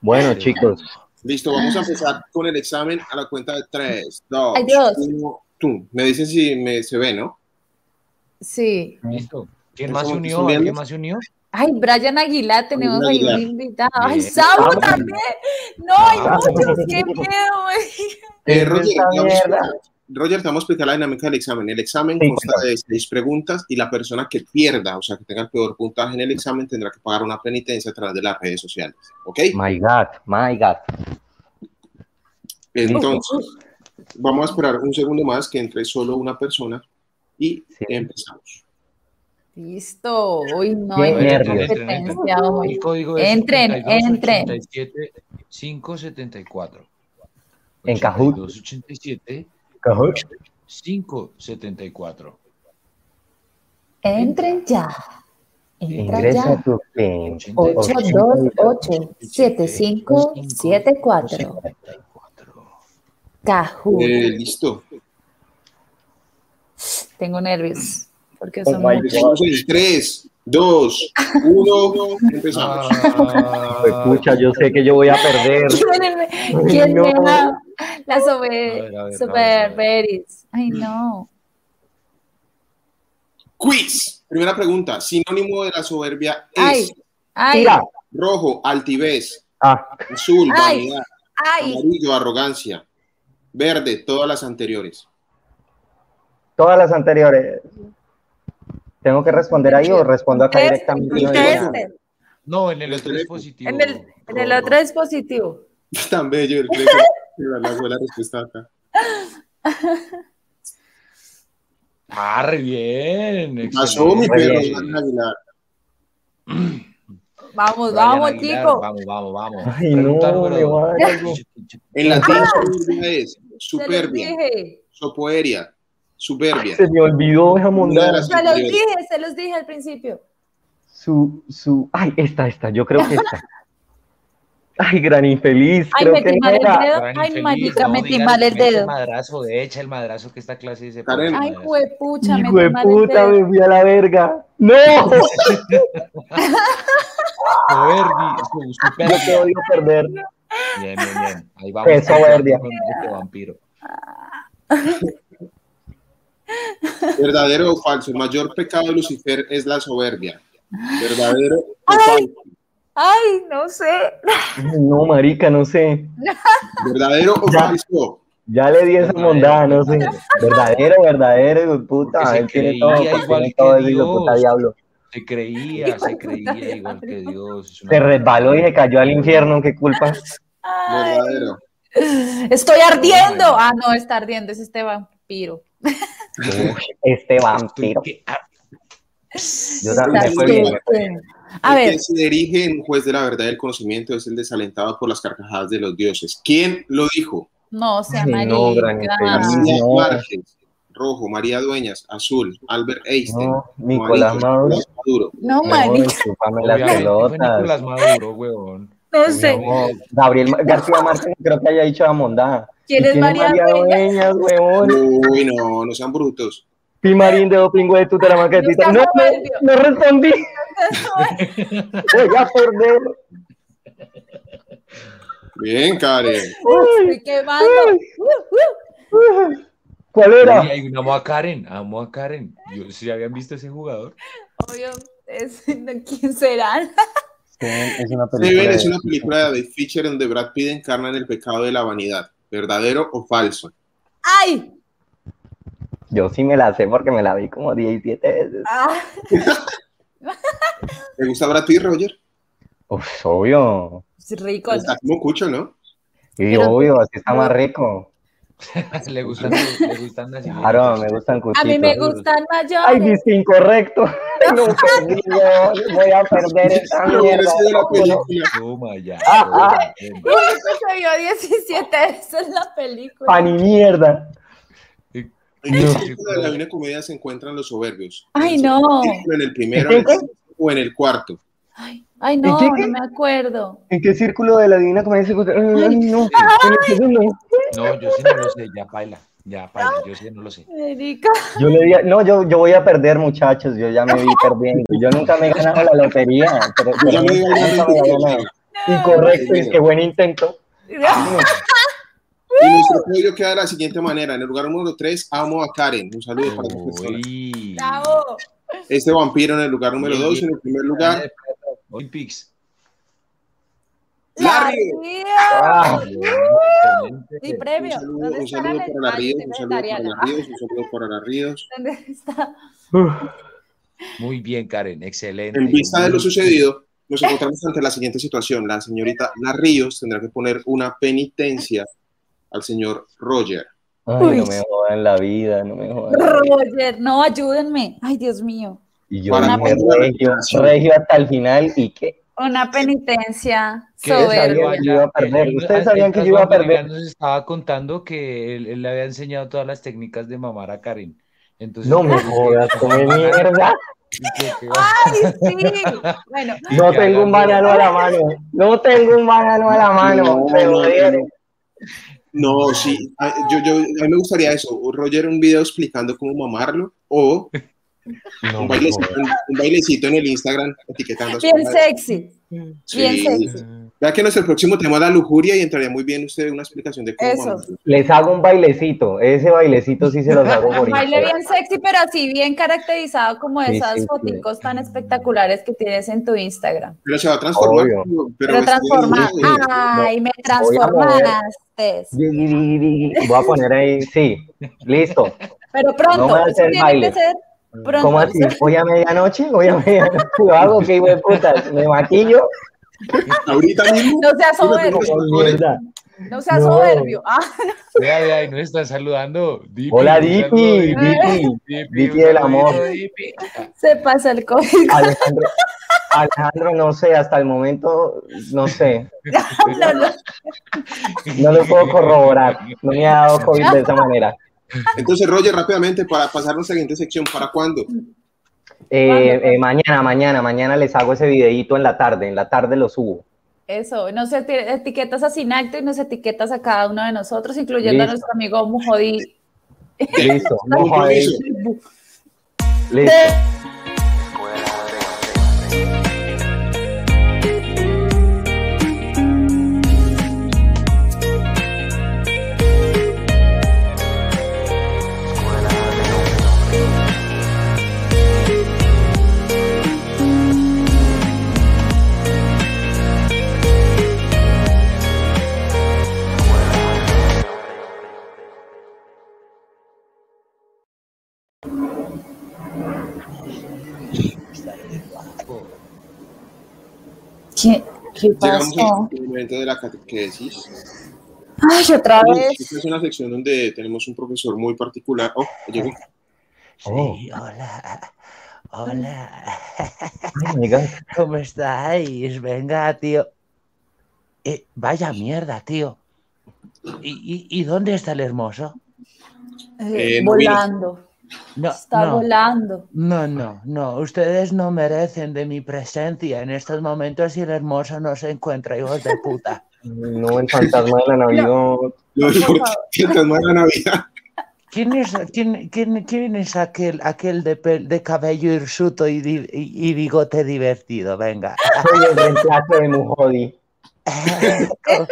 S1: Bueno, chicos,
S4: Listo, vamos a empezar con el examen a la cuenta de 3, 2,
S3: Ay, Dios.
S4: 1. Tú, me dices si me, se ve, ¿no?
S3: Sí.
S5: Listo. ¿Quién más se
S4: ¿Estamos-
S5: unió?
S4: están viendo?
S5: ¿Quién más se unió?
S3: Ay, Brian Aguilar, tenemos
S4: Brian
S3: ahí un
S4: Aguilar.
S3: invitado. Ay,
S5: Bien.
S3: Samu
S1: Eh, Vamos.
S3: también. No, hay
S1: Vamos.
S3: muchos, qué miedo, güey.
S4: Eh,
S1: Es
S4: Roger,
S1: esta
S4: vamos a
S1: mierda.
S4: explicar- Roger, te vamos a explicar la dinámica del examen. El examen
S1: Sí,
S4: consta de seis preguntas y la persona que pierda, o sea, que tenga el peor puntaje en el examen, tendrá que pagar una penitencia a través de las redes sociales. ¿Ok?
S1: my God, my God.
S4: Entonces, vamos a esperar un segundo más que entre solo una persona y
S1: Sí.
S4: empezamos.
S3: Listo. Uy, no,
S1: Qué
S3: hay mucha
S1: nervios.
S3: competencia
S5: El
S3: hoy.
S5: código es
S3: Entren, entren.
S5: 87 574.
S1: En Kahoot.
S5: 87
S1: Kahoot.
S5: 574.
S3: Entren ya. Entra
S1: Ingresa
S3: ya.
S1: tu PIN.
S3: 828-7574. Cajú.
S4: Eh, Listo.
S3: Tengo nervios. Porque
S1: Oh
S3: son
S1: my
S3: muchos.
S4: Empezamos en 3, 2, 1.
S1: Ah.
S4: Empezamos.
S1: Pues pucha, yo sé que yo voy a perder.
S3: ¿Quién me- quién me
S1: no.
S3: va? La
S5: A ver, a ver,
S3: sobre,
S5: a ver, a
S3: super
S5: ver.
S3: berries. Ay, no.
S4: Quiz. Primera pregunta. Sinónimo de la soberbia es
S3: Ay, ay,
S1: Tira.
S4: rojo, altivez,
S1: Ah,
S4: azul,
S3: Ay.
S4: vanidad,
S3: ay.
S4: amarillo, arrogancia, verde, todas las anteriores.
S1: todas las anteriores. ¿Tengo que responder ahí o respondo acá
S3: Este,
S1: directamente? No digo
S4: Test.
S1: nada.
S3: este.
S5: No, en el
S4: Los
S5: otro es
S4: tres.
S5: positivo.
S3: En el, en el otro dispositivo.
S4: Tan bello el premio. Mira, la buena respuesta acá.
S5: Ah, re bien.
S4: Pasó mi
S1: Muy
S4: perro.
S1: bien.
S4: Sandra Aguilar.
S3: Vamos,
S5: Brian
S3: vamos,
S5: Aguilar,
S3: tico.
S5: Vamos, vamos, vamos.
S1: Ay, no,
S5: Pregunta número
S1: mi
S5: dos.
S1: madre.
S4: En latín, soberbia es
S3: Ah. Se los
S4: superbia,
S3: dije.
S4: sopoeria, soberbia.
S1: Se me olvidó esa
S4: Una de
S1: mundana.
S4: las
S3: Se los
S4: anteriores.
S3: dije, se los dije al principio.
S1: Su, su. Ay, esta, esta, yo creo que esta. Ay, gran infeliz,
S3: Ay,
S1: creo
S3: metí
S1: que no
S3: mal el
S1: era.
S3: dedo.
S5: Brian
S3: Ay,
S5: infeliz,
S3: marica,
S5: no
S3: metí
S5: digas,
S3: mal el
S5: mete
S3: dedo.
S5: madrazo, de echa el madrazo que esta clase dice.
S4: Karen.
S3: Ay, juepucha,
S1: Hijo de
S3: metí mal el
S1: puta,
S3: dedo.
S1: me fui a la verga. ¡No!
S5: Soberbi, su-
S1: Yo
S5: superbi.
S1: te odio perder.
S5: Bien, bien, bien. Ahí vamos.
S1: Qué soberbia.
S5: Con este vampiro.
S4: ¿Verdadero o falso? El mayor pecado de Lucifer es la soberbia. ¿Verdadero o falso?
S3: Ay, no sé.
S1: No, marica, no sé.
S4: ¿Verdadero o
S1: Ya.
S4: falso?
S1: Ya le di esa mondada, no sé. Verdadero, verdadero, hijo de
S5: Porque
S1: puta.
S5: se
S1: Él tiene
S5: creía
S1: todo,
S5: igual
S1: tiene
S5: que
S1: todo el hijo de
S5: Dios.
S1: puta diablo.
S5: Se creía, se creía
S3: Dios.
S5: igual que Dios. Es una-
S1: Se resbaló y se cayó al infierno, qué culpa.
S3: Ay,
S4: ¿Verdadero?
S3: estoy ardiendo. Ah, no, está ardiendo, es este vampiro.
S1: Este vampiro.
S5: ¿Qué? Ah,
S1: Yo también
S3: Está
S1: me fue bien.
S3: ardiendo.
S4: El
S3: A ver,
S4: que se dirige un juez de la verdad y del conocimiento es el desalentado por las carcajadas de los dioses. ¿Quién lo dijo?
S3: no sea
S1: Ay, no, gran
S3: marica.
S1: infeliz.
S4: García
S1: Ah, no.
S4: Márquez, Rojo, María Dueñas, Azul, Albert Einstein,
S1: No, Nicolás
S4: Amarillo,
S1: Maduro.
S4: Nicolás Maduro.
S3: No,
S1: No,
S3: marica,
S1: chúpame las
S5: obviamente fue
S1: pelotas.
S5: Nicolás Maduro, huevón.
S3: no sé.
S1: No, Gabriel Ma- García Márquez no creo que haya dicho la mondada.
S3: ¿Quién
S1: ¿Y
S3: es María Dueñas?
S1: Dueñas, huevón?
S4: Uy, no, no sean brutos.
S1: Pimarín de Dopingüe de Tutaramanquetita.
S3: Nunca
S1: No, no,
S3: volvió.
S1: no respondí. Voy a perder.
S4: Bien, Karen.
S3: Estoy quemando.
S1: ¿Cuál era?
S5: Oye, hay- amo a Karen, amo a Karen. Yo, ¿sí habían visto ese jugador?
S3: Obvio, es- ¿quién será?
S1: Es una
S4: Seven es una película de David Fisher donde Brad Pitt encarna en el pecado de la vanidad. ¿Verdadero o falso?
S3: Ay,
S1: Yo sí me la sé porque me la vi como 17 veces.
S3: ah,
S4: ¿Te gusta Brad Pitt, Roger?
S1: Uf, obvio.
S3: es rico. ¿no?
S4: Está como cucho, ¿no?
S1: Y
S3: Pero-
S1: obvio, así está más rico.
S5: Le gustan, le gustan así.
S1: Claro, me gustan cuchitos.
S3: A mí me gustan
S1: Ay,
S3: mayores.
S1: viste incorrecto. Ay, no, perdí, yo voy a perder esta
S4: Pero
S1: mierda.
S4: parece de la película.
S5: Toma ya.
S1: Ah,
S5: toma,
S3: Uy, se vio 17 veces la película.
S1: Pani mierda.
S4: ¿En qué
S5: No.
S4: película de la Divina Comedia se encuentran los soberbios?
S3: Ay,
S4: ¿En el
S3: no.
S4: segundo, ¿En el primero?
S1: ¿En
S4: ¿En el
S1: qué?
S4: tercero, o en el cuarto?
S3: Ay, ay no,
S1: ¿Y qué, qué?
S3: no me acuerdo.
S1: ¿En qué círculo de la divina comedia se encuentra? Ay, no, eso no.
S5: No, yo sí no lo sé, ya paila. Ya paila, yo sí no lo sé.
S3: Erika.
S1: Yo le di- no, yo, yo voy a perder, muchachos. Yo ya me vi perdiendo. Yo nunca me he ganado la lotería. Pero, pero
S4: Ya me
S1: nunca,
S4: gané
S1: nunca me he ganado. Incorrecto, es que buen intento.
S4: Ah, Y nuestro código queda de la siguiente manera. En el lugar número 3, amo a Karen. Un saludo para esa persona.
S5: Uy.
S3: Bravo.
S4: Este vampiro en el lugar número 2. En el primer lugar,
S5: Olympics.
S4: Larry.
S1: Ah,
S3: Y
S5: Excelente.
S4: Un
S3: premio.
S4: saludo,
S3: ¿Dónde
S4: un
S3: está
S4: saludo
S3: la
S4: para la Ríos,
S3: lesbiana?
S4: un saludo para
S3: Ariana?
S4: la Ríos, un saludo para la Ríos.
S3: ¿Dónde está?
S5: Muy bien, Karen, excelente.
S4: En vista de lo sucedido, nos encontramos ante la siguiente situación. La señorita La Ríos tendrá que poner una penitencia al señor Roger.
S1: ay,
S3: Uy.
S1: no me jodan la vida, no me jodan. la vida.
S3: Roger, no, ayúdenme. Ay, Dios mío.
S1: Y yo
S4: Para
S1: dije,
S4: poner la
S1: regio,
S4: recuperación.
S1: regio hasta el final y qué.
S6: Una penitencia
S5: Que él sabía
S6: soberbia.
S1: que yo iba a
S5: eh,
S1: perder. Ustedes sabían que yo iba a
S5: Juan Villegas
S1: perder.
S5: nos estaba contando que él, él le había enseñado todas las técnicas de mamar a Karen. Entonces,
S1: No me jodas, come mierda.
S3: Ay, sí. Bueno,
S1: No tengo un banano a la mano. No tengo un banano a la mano.
S4: No,
S1: Me lo
S4: no,
S1: dieron.
S4: No, sí, a, yo, yo, a mí me gustaría eso. o Roger, un video explicando cómo mamarlo o un, bailecito, en- un bailecito en el Instagram etiquetando a su
S3: bien
S4: madre.
S3: sexy.
S4: Sí.
S3: bien sexy.
S4: Vea que nuestro próximo tema es la lujuria y entraría muy bien usted en una explicación de cómo
S3: Eso.
S4: mamarlo.
S1: Les hago un bailecito. Ese bailecito sí se los hago por
S3: Baile
S1: Instagram.
S3: bien sexy, pero así bien caracterizado como
S1: Sí,
S3: esas
S1: sí, sí.
S3: foticos tan espectaculares que tienes en tu Instagram.
S4: Pero se va a transformar.
S1: Obvio.
S4: Pero, este,
S3: Pero
S4: estoy-
S3: transformar. Ah.
S4: Sí.
S3: Ay, me
S1: Voy a mover.
S3: transformaste.
S1: Digui, digui, digui. Voy a poner ahí, sí, listo.
S3: Pero
S1: No me
S3: pronto,
S1: hace
S3: eso
S1: el
S3: tiene
S1: baile.
S3: que ser pronto.
S1: ¿Cómo así? ¿Voy a medianoche? ¿Voy a medianoche? ¿Lo hago? ¿Qué hijo de putas? ¿Me maquillo?
S4: Ahorita mismo.
S3: No seas soberbio,
S1: Como mierda.
S3: no seas
S1: No.
S3: soberbio. Ah,
S5: Vea, vea, y nos están saludando. Dipi,
S1: Hola,
S5: un saludo,
S1: Dipi, Dipi, Dipi
S5: un
S1: del
S5: saludito,
S1: amor.
S5: Dipi.
S3: se pasa el código.
S1: Alejandro, Alejandro, no sé, hasta el momento, no sé,
S3: No, no.
S1: no lo puedo corroborar. No me ha dado COVID de esa manera.
S4: Entonces, Roger, rápidamente para pasar a la siguiente sección. ¿Para cuándo?
S1: Eh, eh, mañana, mañana, mañana les hago ese videíto en la tarde, en la tarde lo subo.
S3: Eso, nos eti- etiquetas a Sinalto y nos etiquetas a cada uno de nosotros, incluyendo a
S1: Listo.
S3: nuestro amigo Mujodi.
S1: Listo, no jodéis,
S4: Compromiso.
S1: listo.
S3: ¿Qué, qué
S4: Llegamos
S3: pasó?
S4: al momento de la catequesis.
S3: Ay, otra vez.
S4: Esta es una sección donde tenemos un profesor muy particular. Oh, llegó.
S1: Oh.
S7: Sí, hola. Hola.
S1: Ay, my God.
S7: ¿Cómo estáis? Venga, tío. Eh, vaya mierda, tío. ¿Y, y, y dónde está el hermoso?
S3: Eh,
S4: Eh, no vino.
S3: volando,
S7: No,
S3: está
S7: no,
S3: volando.
S7: no, no, no. Ustedes no merecen de mi presencia en estos momentos si el hermoso no se encuentra, hijos de puta.
S1: No, el fantasma de la Navidad.
S4: Lo dijo el fantasma de la Navidad.
S7: ¿Quién es, quién, quién, quién es aquel, aquel de, pel- de cabello hirsuto y, di- y- y bigote divertido? Venga.
S1: Soy el reemplazo de Mujodi.
S7: ¿Cómo,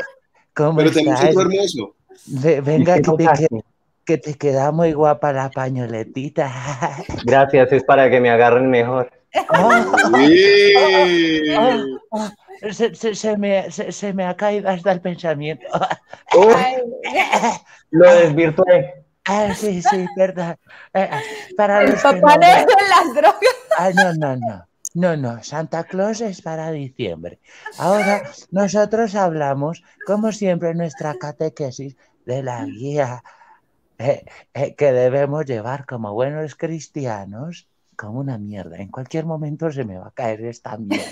S7: cómo
S4: Pero tenemos
S7: estás?
S4: otro hermoso.
S7: Ve- venga,
S1: ¿Y
S7: que
S1: qué
S7: te,
S1: notas?
S7: que- que te queda muy guapa la pañoletita.
S1: Gracias, es para que me agarren mejor.
S7: Oh,
S4: ¡Eh!
S7: se, se- se me, se- se me ha caído hasta el pensamiento.
S1: Uf,
S3: Ay,
S1: Oh, lo desvirtué.
S7: Ah, sí, sí, perdón. Eh, para
S3: el
S7: los que no
S3: papá
S7: vean-
S3: negro en las drogas.
S7: Ah, no, no, no. No, no, Santa Claus es para diciembre. Ahora nosotros hablamos, como siempre, en nuestra catequesis de la guía eh, eh, que debemos llevar como buenos cristianos, como una mierda. En cualquier momento se me va a caer esta mierda.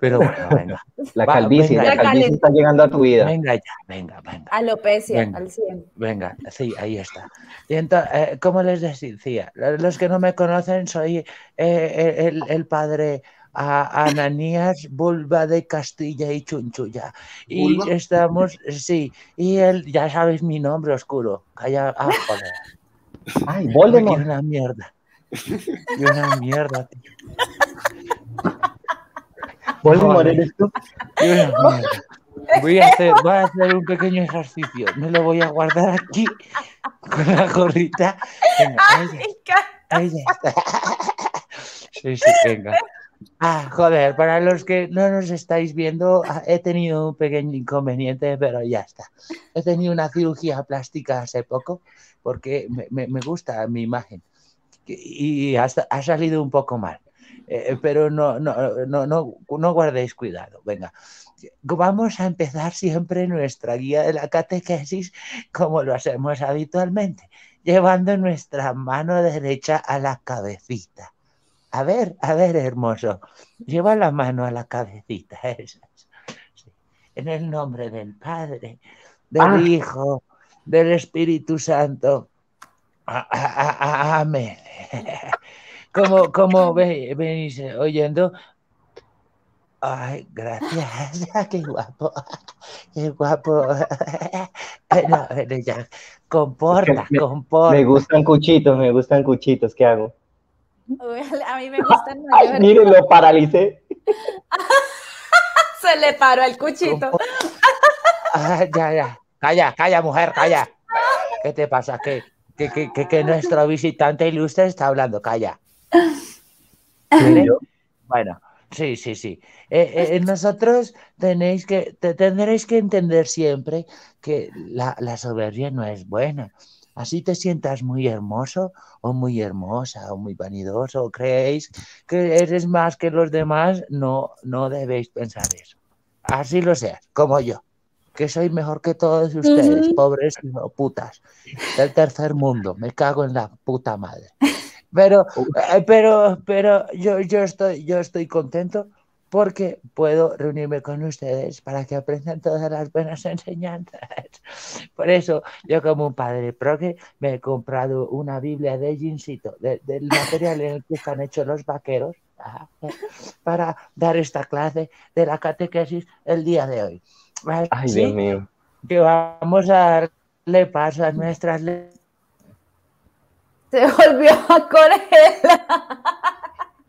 S7: Pero bueno, venga.
S1: La
S7: Va,
S1: calvicie,
S7: venga,
S1: la
S7: ya.
S1: calvicie está llegando a tu vida.
S7: Venga ya, venga, venga.
S3: Alopecia,
S7: Venga.
S3: al 100.
S7: Venga, sí, ahí está. Y entonces, como les decía, Lo- los que no me conocen, soy eh, el, el padre a- Ananías Bulba de Castilla y Chunchulla. Y
S4: ¿Bulba?
S7: estamos, sí, y él, ya sabéis mi nombre oscuro. Calla, ah, joder,
S1: Ay,
S7: y
S1: Voldemort.
S7: una mierda. Y una mierda, tío.
S1: Voldemort
S7: Joder.
S1: eres tú.
S7: Y una mierda. Voy a, hacer, voy a hacer un pequeño ejercicio. Me lo voy a guardar aquí con la gorrita. Venga, ahí ya. Ahí ya está. Sí, sí, venga. Ah, joder, para los que no nos estáis viendo, ah, he tenido un pequeño inconveniente, pero ya está. He tenido una cirugía plástica hace poco porque me, me- me gusta mi imagen y ha, sa- ha salido un poco mal. Eh, pero no, no, no, no, no guardéis cuidado, venga. Vamos a empezar siempre nuestra guía de la catequesis como lo hacemos habitualmente llevando nuestra mano derecha a la cabecita. A ver, a ver, hermoso, lleva la mano a la cabecita. eso es. Sí. En el nombre del Padre, del
S1: Ah.
S7: Hijo, del Espíritu Santo. A- a- a- a- Amén. Como, como ve- venís oyendo. Ay, gracias. Qué guapo. Qué guapo. No, ya. Comporta,
S1: Me-
S7: comporta.
S1: Me gustan cuchitos, me gustan cuchitos. ¿Qué hago?
S3: Uy, A mí me gustan
S1: Ay,
S3: mayores.
S1: mire, lo paralicé.
S3: Se le paró el cuchito.
S1: oh.
S7: Compo- Ah, ya, ya. Calla, calla, mujer, calla. ¿Qué te pasa? Que, que, que, que, que nuestro visitante ilustre está hablando, calla. ¿Vale? Bueno, sí, sí, sí. Eh, eh, nosotros tenéis que, te- tendréis que entender siempre que la, la soberbia no es buena. Así te sientas muy hermoso o muy hermosa o muy vanidoso, o creéis que eres más que los demás, no, no debéis pensar eso. Así lo seas, como yo, que soy mejor que todos ustedes, pobres no, putas del tercer mundo, me cago en la puta madre. Pero, eh, pero, pero yo, yo, estoy, yo estoy contento porque puedo reunirme con ustedes para que aprendan todas las buenas enseñanzas. Por eso yo como un padre proque me he comprado una Biblia de jeansito, de- del material en el que están hechos los vaqueros, ajá, para dar esta clase de la catequesis el día de hoy. ¿Vale?
S1: Ay,
S7: Sí,
S1: Dios mío.
S7: que vamos a darle paso a nuestras le-
S3: Se volvió a Corella.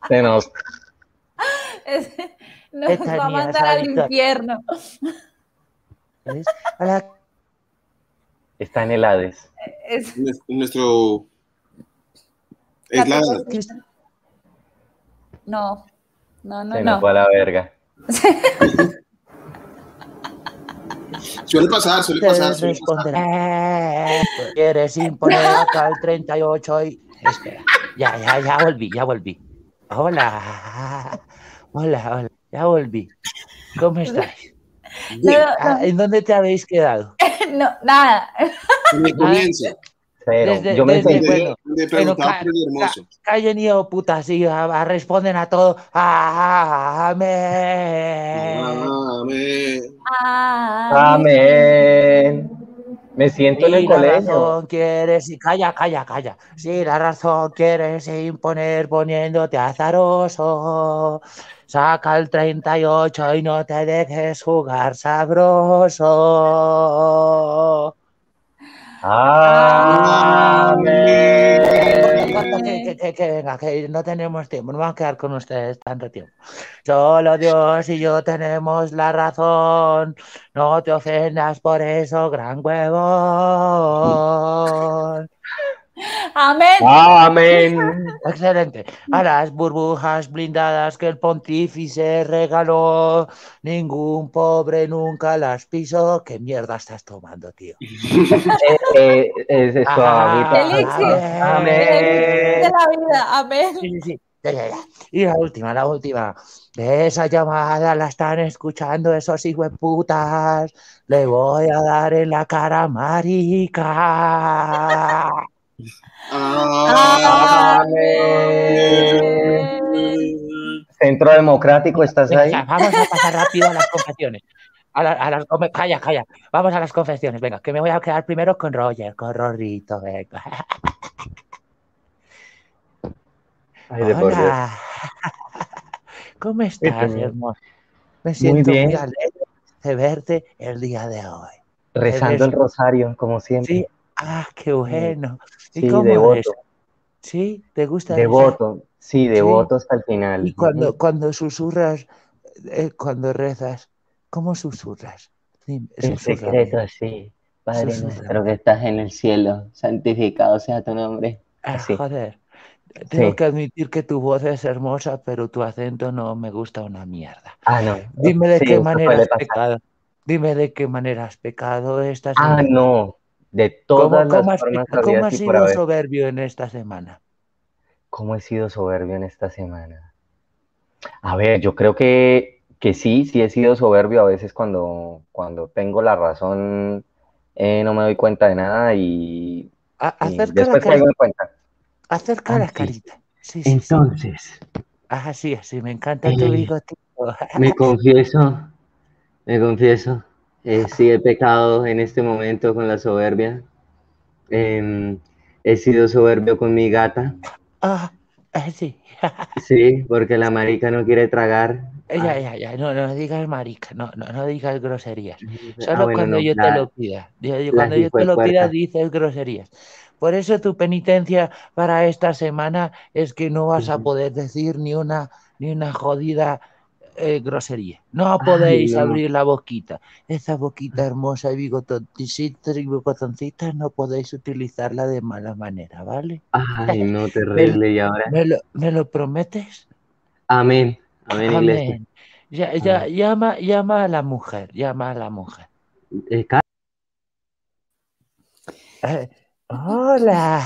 S1: Se nos-
S3: Ese- Nos va a
S7: Letanías
S3: mandar al
S7: habituales.
S3: infierno.
S7: a la-
S1: está en el Hades.
S3: Es-
S4: Nues- Nuestro. Es la.
S3: No, no, no,
S1: Se
S3: no.
S1: nos va a la verga.
S4: Suele pasar, suele pasar,
S7: ustedes
S4: suele pasar.
S7: responderán. "Eh, Quieres imponer acá el 38 y... Espera, ya, ya, ya volví, ya volví. Hola, hola, hola, ya volví. ¿Cómo estáis?
S3: No,
S4: Bien,
S7: Ah, ¿En dónde te habéis quedado?
S3: no, nada.
S4: en el comienzo.
S1: Cero.
S7: Desde-
S1: Yo me
S7: desde-
S1: sentí-
S4: Le
S7: bueno,
S4: le preguntaba
S7: ca-
S4: por el hermoso.
S7: Callen y oh, putas y ah, ah, responden a todo. Ah,
S4: Ah,
S7: Amén.
S4: Amén.
S3: Ah,
S1: Amén. Me siento en el
S7: Si la
S1: colegio.
S7: razón quieres, y calla, calla, calla. Si la razón quieres imponer poniéndote azaroso, saca el 38 y no te dejes jugar sabroso.
S3: ah,
S1: Ah, Amén.
S7: No importa que, que- que- que venga, que no tenemos tiempo, no vamos a quedar con ustedes tanto tiempo. Solo Dios y yo tenemos la razón. No te ofendas por eso, gran huevón.
S3: Amén.
S1: Ah. Amén.
S7: Excelente. A las burbujas blindadas que el pontífice regaló, ningún pobre nunca las pisó. ¿Qué mierda estás tomando, tío?
S3: Ah.
S1: Eh, es esto,
S7: Ah,
S1: agüita.
S3: Elixir.
S1: Amén.
S3: De la vida. Amén.
S7: Sí, sí, sí. Ya, ya, ya. Y la última, la última. Esa llamada la están escuchando esos putas. Le voy a dar en la cara, marica.
S4: Ah,
S1: Ah,
S3: Ah,
S1: Centro Democrático, ¿estás ahí?
S7: Venga, vamos a pasar rápido a las confesiones. A la- a las come- calla, calla. Vamos a las confesiones. Venga, que me voy a quedar primero con Roger, con Rorrito. Venga.
S1: Ay, de por Dios.
S7: Hola. ¿Cómo estás,
S1: señor.
S7: hermoso? Me siento muy,
S1: bien.
S7: alegre de verte el día de hoy.
S1: Rezando el rosario, como siempre.
S7: Sí, ah, qué bueno. ¿Y
S1: Sí,
S7: cómo
S1: devoto.
S7: eres? ¿Sí? ¿Te gusta rezar?
S1: Devoto, sí, devoto hasta el final.
S7: Y cuando, cuando susurras, eh, cuando rezas, ¿cómo susurras? Dime,
S8: En
S7: susurra.
S8: secreto, sí. Padre
S7: Susurra.
S8: nuestro que estás en el cielo, santificado sea tu nombre.
S7: Ah,
S8: así.
S7: joder. Tengo
S1: Sí.
S7: que admitir que tu voz es hermosa, pero tu acento no me gusta una mierda.
S1: Ah, no.
S7: Dime de
S1: Sí,
S7: qué
S1: eso
S7: manera
S1: suele
S7: has
S1: pasar.
S7: pecado. Dime de qué manera has pecado esta
S1: Ah,
S7: semana.
S1: no. De
S7: ¿Cómo,
S1: todas
S7: cómo
S1: las
S7: has,
S1: formas
S7: peca- cómo
S1: habidas
S7: has
S1: y por
S7: sido
S1: haber.
S7: soberbio en esta semana?
S1: ¿Cómo he sido soberbio en esta semana? A ver, yo creo que, que sí, sí he sido soberbio a veces cuando, cuando tengo la razón, eh, no me doy cuenta de nada y,
S7: A-
S1: y
S7: acerca la
S1: después caigo
S7: carita.
S1: en cuenta.
S7: Acerca
S8: Ah,
S7: la
S8: sí.
S7: carita. Sí, sí, sí.
S8: Entonces,
S7: Ah, sí, así. Me encanta tu
S8: Eh,
S7: bigotito.
S8: me confieso, me confieso, eh, sí he pecado en este momento con la soberbia. Em, he sido soberbio con mi gata,
S7: Ah, ah, sí.
S8: sí, porque la marica no quiere tragar.
S7: Ya,
S8: Ah,
S7: ya, ya. No, no digas marica. No, no, no digas groserías.
S8: ah,
S7: Solo
S8: bueno,
S7: cuando
S8: no,
S7: yo te
S8: la-
S7: lo pida. Yo- yo-
S8: la
S7: cuando yo te lo pida
S8: hijuepuerta.
S7: dices groserías. Por eso tu penitencia para esta semana es que no vas a
S8: Ujú.
S7: poder decir ni una, ni una jodida eh, grosería. No
S8: Ay,
S7: podéis
S8: no.
S7: abrir la boquita. Esa boquita hermosa y bigotoncita y bigotoncita no podéis utilizarla de mala manera, ¿vale?
S8: Ay, no, terrible. Y ahora,
S7: ¿Me lo, me lo prometes?
S8: amén, amén, iglesia.
S7: Amén. Ya, ya,
S8: Amén.
S7: llama, llama a la mujer, llama a la mujer.
S8: Eh, ca-
S7: Eh, hola,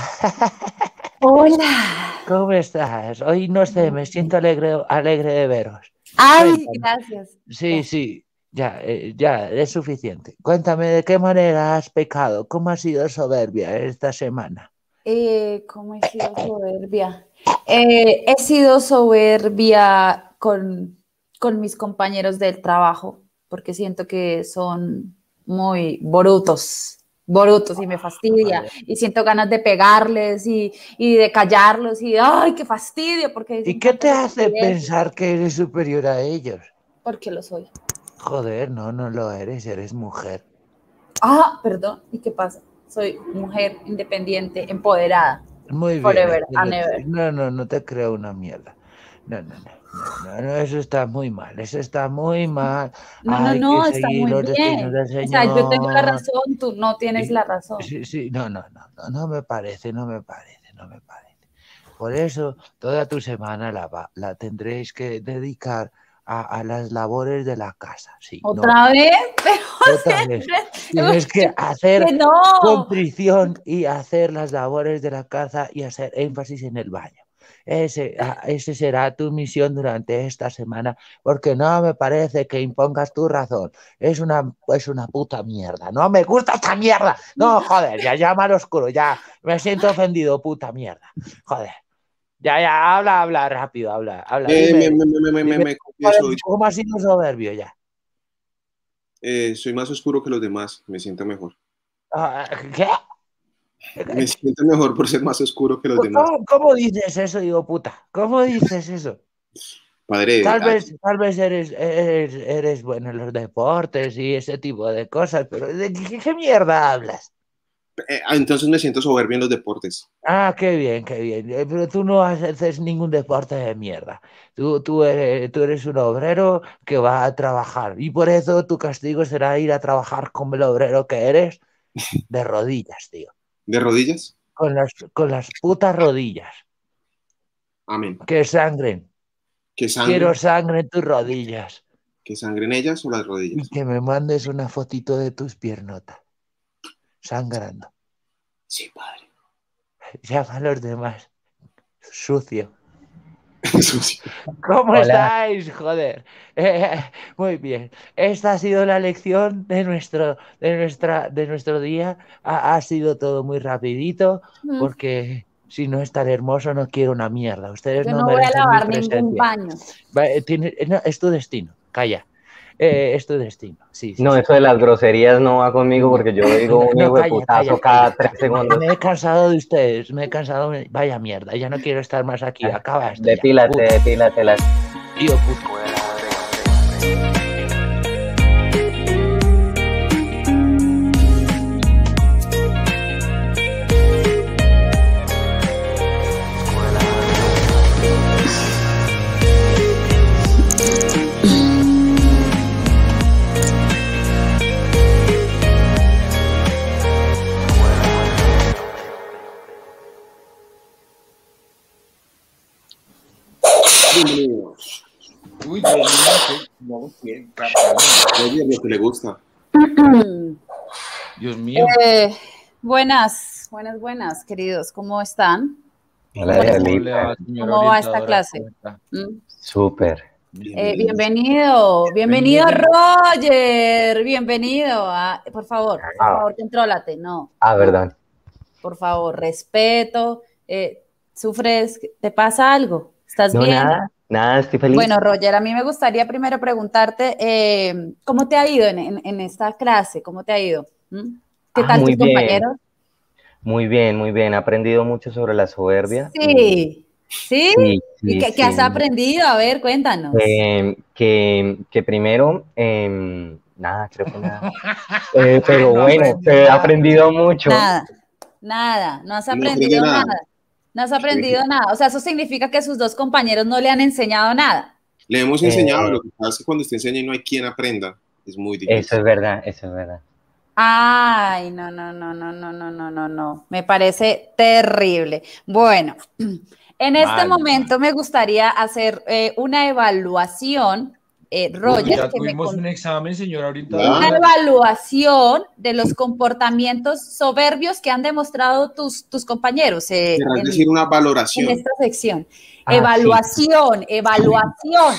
S3: Hola.
S7: ¿cómo estás? Hoy no sé, me siento alegre, alegre de veros.
S3: Ay,
S7: Cuéntame.
S3: gracias.
S7: Sí, sí, ya, eh, ya, es suficiente. Cuéntame de qué manera has pecado, cómo has sido soberbia esta semana.
S3: Eh, ¿Cómo he sido soberbia? Eh, he sido soberbia con, con mis compañeros del trabajo, porque siento que son muy brutos, brutos y me fastidia.
S7: Ah, Vale.
S3: Y siento ganas de pegarles y, y de callarlos y ¡ay, qué fastidio! Porque dicen
S7: ¿Y qué te
S3: tantas
S7: hace
S3: estupideces,
S7: pensar que eres superior a ellos?
S3: Porque lo soy.
S7: Joder, no, no lo eres, eres mujer.
S3: Ah, perdón, ¿y qué pasa? Soy mujer independiente, empoderada.
S7: Muy bien.
S3: Forever
S7: eso no
S3: and
S7: te-
S3: ever.
S7: No, no, no te creo una mierda. No, no, no. No, no, eso está muy mal, eso está muy mal.
S3: No,
S7: Hay
S3: no, no,
S7: que
S3: está
S7: seguir
S3: muy
S7: los
S3: bien.
S7: destinos del
S3: O sea, yo tengo la
S7: Señor.
S3: razón, tú no tienes
S7: Sí,
S3: la razón.
S7: Sí, sí, no, no, no, no, no me parece, no me parece, no me parece. Por eso, toda tu semana la, va- la tendréis que dedicar a, a las labores de la casa, sí. no,
S3: ¿Otra vez?
S7: otra vez. Tienes que hacer
S3: Que no.
S7: contrición y hacer las labores de la casa y hacer énfasis en el baño. Ese, a- ese será tu misión durante esta semana, porque no me parece que impongas tu razón. Es una, es una puta mierda. No me gusta esta mierda. No, joder, ya llama al oscuro, ya me siento ofendido, puta mierda. Joder. Ya, ya, habla, habla, rápido, habla, habla.
S4: Eh,
S7: Dime,
S4: me, me, me, me, me,
S7: dime
S4: me confieso,
S7: ¿Cómo has sido soberbio ya?
S4: eh, soy más oscuro que los demás, me siento mejor.
S7: Ah, ¿Qué?
S4: Me siento mejor por ser más oscuro que los demás.
S7: ¿Cómo, cómo dices eso, digo puta? ¿Cómo dices eso?
S4: Padre,
S7: Tal
S4: ay,
S7: vez, tal vez eres, eres, eres bueno en los deportes y ese tipo de cosas, pero ¿de qué, qué mierda hablas?
S4: eh, ah, entonces me siento soberbio en los deportes.
S7: Ah, qué bien, qué bien. Eh, Pero tú no haces ningún deporte de mierda. Tú, tú, eres, tú eres un obrero que va a trabajar y por eso tu castigo será ir a trabajar como el obrero que eres de rodillas, tío.
S4: ¿De rodillas?
S7: Con las, con las putas rodillas.
S4: Amén.
S7: Que sangren.
S4: ¿Que sangre,
S7: Quiero sangre en tus rodillas.
S4: ¿Que sangren ellas o las rodillas?
S7: Y que me mandes una fotito de tus piernotas. Sangrando.
S4: Sí, padre.
S7: Llama a los demás. Sucio.
S4: Eso sí.
S7: ¿Cómo
S2: Hola.
S7: estáis? Joder. Eh, muy bien. Esta ha sido la lección de nuestro, de nuestra, de nuestro día. Ha, ha sido todo muy rapidito,
S3: Mm.
S7: porque si no es tan hermoso, no quiero una mierda. Ustedes
S3: Yo
S7: no,
S3: no voy a
S7: merecen mi
S3: lavar ningún
S7: presencia.
S3: baño.
S7: Va, eh, tiene- eh, no, es tu destino, calla. Eh, es tu destino. Sí, sí,
S1: No,
S7: sí.
S1: eso de las groserías no va conmigo porque yo digo un
S7: No,
S1: hijo de
S7: calla,
S1: putazo
S7: calla,
S1: cada
S7: calla.
S1: tres segundos.
S7: Me he cansado de ustedes, me he cansado. me- Vaya mierda, ya no quiero estar más aquí. Acaba esto. ya.
S1: Depílate, depílate las
S7: Puto tío, puto.
S4: Bienvenidos.
S5: Uy, yo no sé, no sé, capaz.
S4: Oye, lo que le gusta.
S7: Mm.
S5: Dios mío.
S3: Eh, buenas, buenas, buenas, queridos. ¿Cómo están?
S1: Hola,
S5: ¿Cómo le
S1: Felipe.
S5: va, señora
S3: ¿Cómo va esta
S5: orientadora?
S3: clase?
S5: ¿Cómo está?
S3: ¿Mm?
S1: Súper.
S3: Eh, bienvenido, bienvenido
S5: Bienvenido.
S3: Roger, bienvenido. a- por favor, por
S1: Ah.
S3: favor, contrólate. No,
S1: Ah, verdad.
S3: por favor, respeto. Eh, ¿Sufres? ¿Te pasa algo? ¿Estás
S1: No,
S3: bien?
S1: nada, nada, estoy feliz.
S3: Bueno, Roger, a mí me gustaría primero preguntarte eh, cómo te ha ido en, en- en esta clase, cómo te ha ido. ¿Mm? ¿Qué
S1: Ah,
S3: tal
S1: muy
S3: tus
S1: bien.
S3: compañeros?
S1: Muy bien, muy bien. He aprendido mucho sobre la soberbia.
S3: Sí, sí.
S1: Sí, sí,
S3: ¿Y qué, qué has
S1: sí.
S3: aprendido? A ver, cuéntanos.
S1: Eh, que, que primero, em, nada, creo que nada. Eh, pero
S7: No
S1: bueno,
S7: aprendí
S1: he
S7: nada.
S1: aprendido mucho.
S3: Nada, nada, no has
S4: No aprendí
S3: aprendido nada.
S4: nada.
S3: No has aprendido nada. O sea, eso significa que sus dos compañeros no le han enseñado nada.
S4: Le hemos enseñado,
S1: Eh.
S4: lo que pasa es que cuando usted enseña y no hay quien aprenda, es muy difícil.
S1: Eso es verdad, eso es verdad.
S3: Ay, no, no, no, no, no, no, no, no, no. Me parece terrible. Bueno, en este
S5: Mal,
S3: momento me gustaría hacer eh, una evaluación, eh,
S5: Uy,
S3: Roger,
S5: ya
S3: que me
S5: tuvimos
S3: con-
S5: un examen,
S3: una
S5: señora
S4: Ah.
S5: orientadora.
S3: evaluación de los comportamientos soberbios que han demostrado tus, tus compañeros eh,
S4: Querrás
S3: en-
S4: decir una
S3: en
S4: valoración.
S3: esta sección.
S1: Ah, sí.
S3: evaluación, evaluación.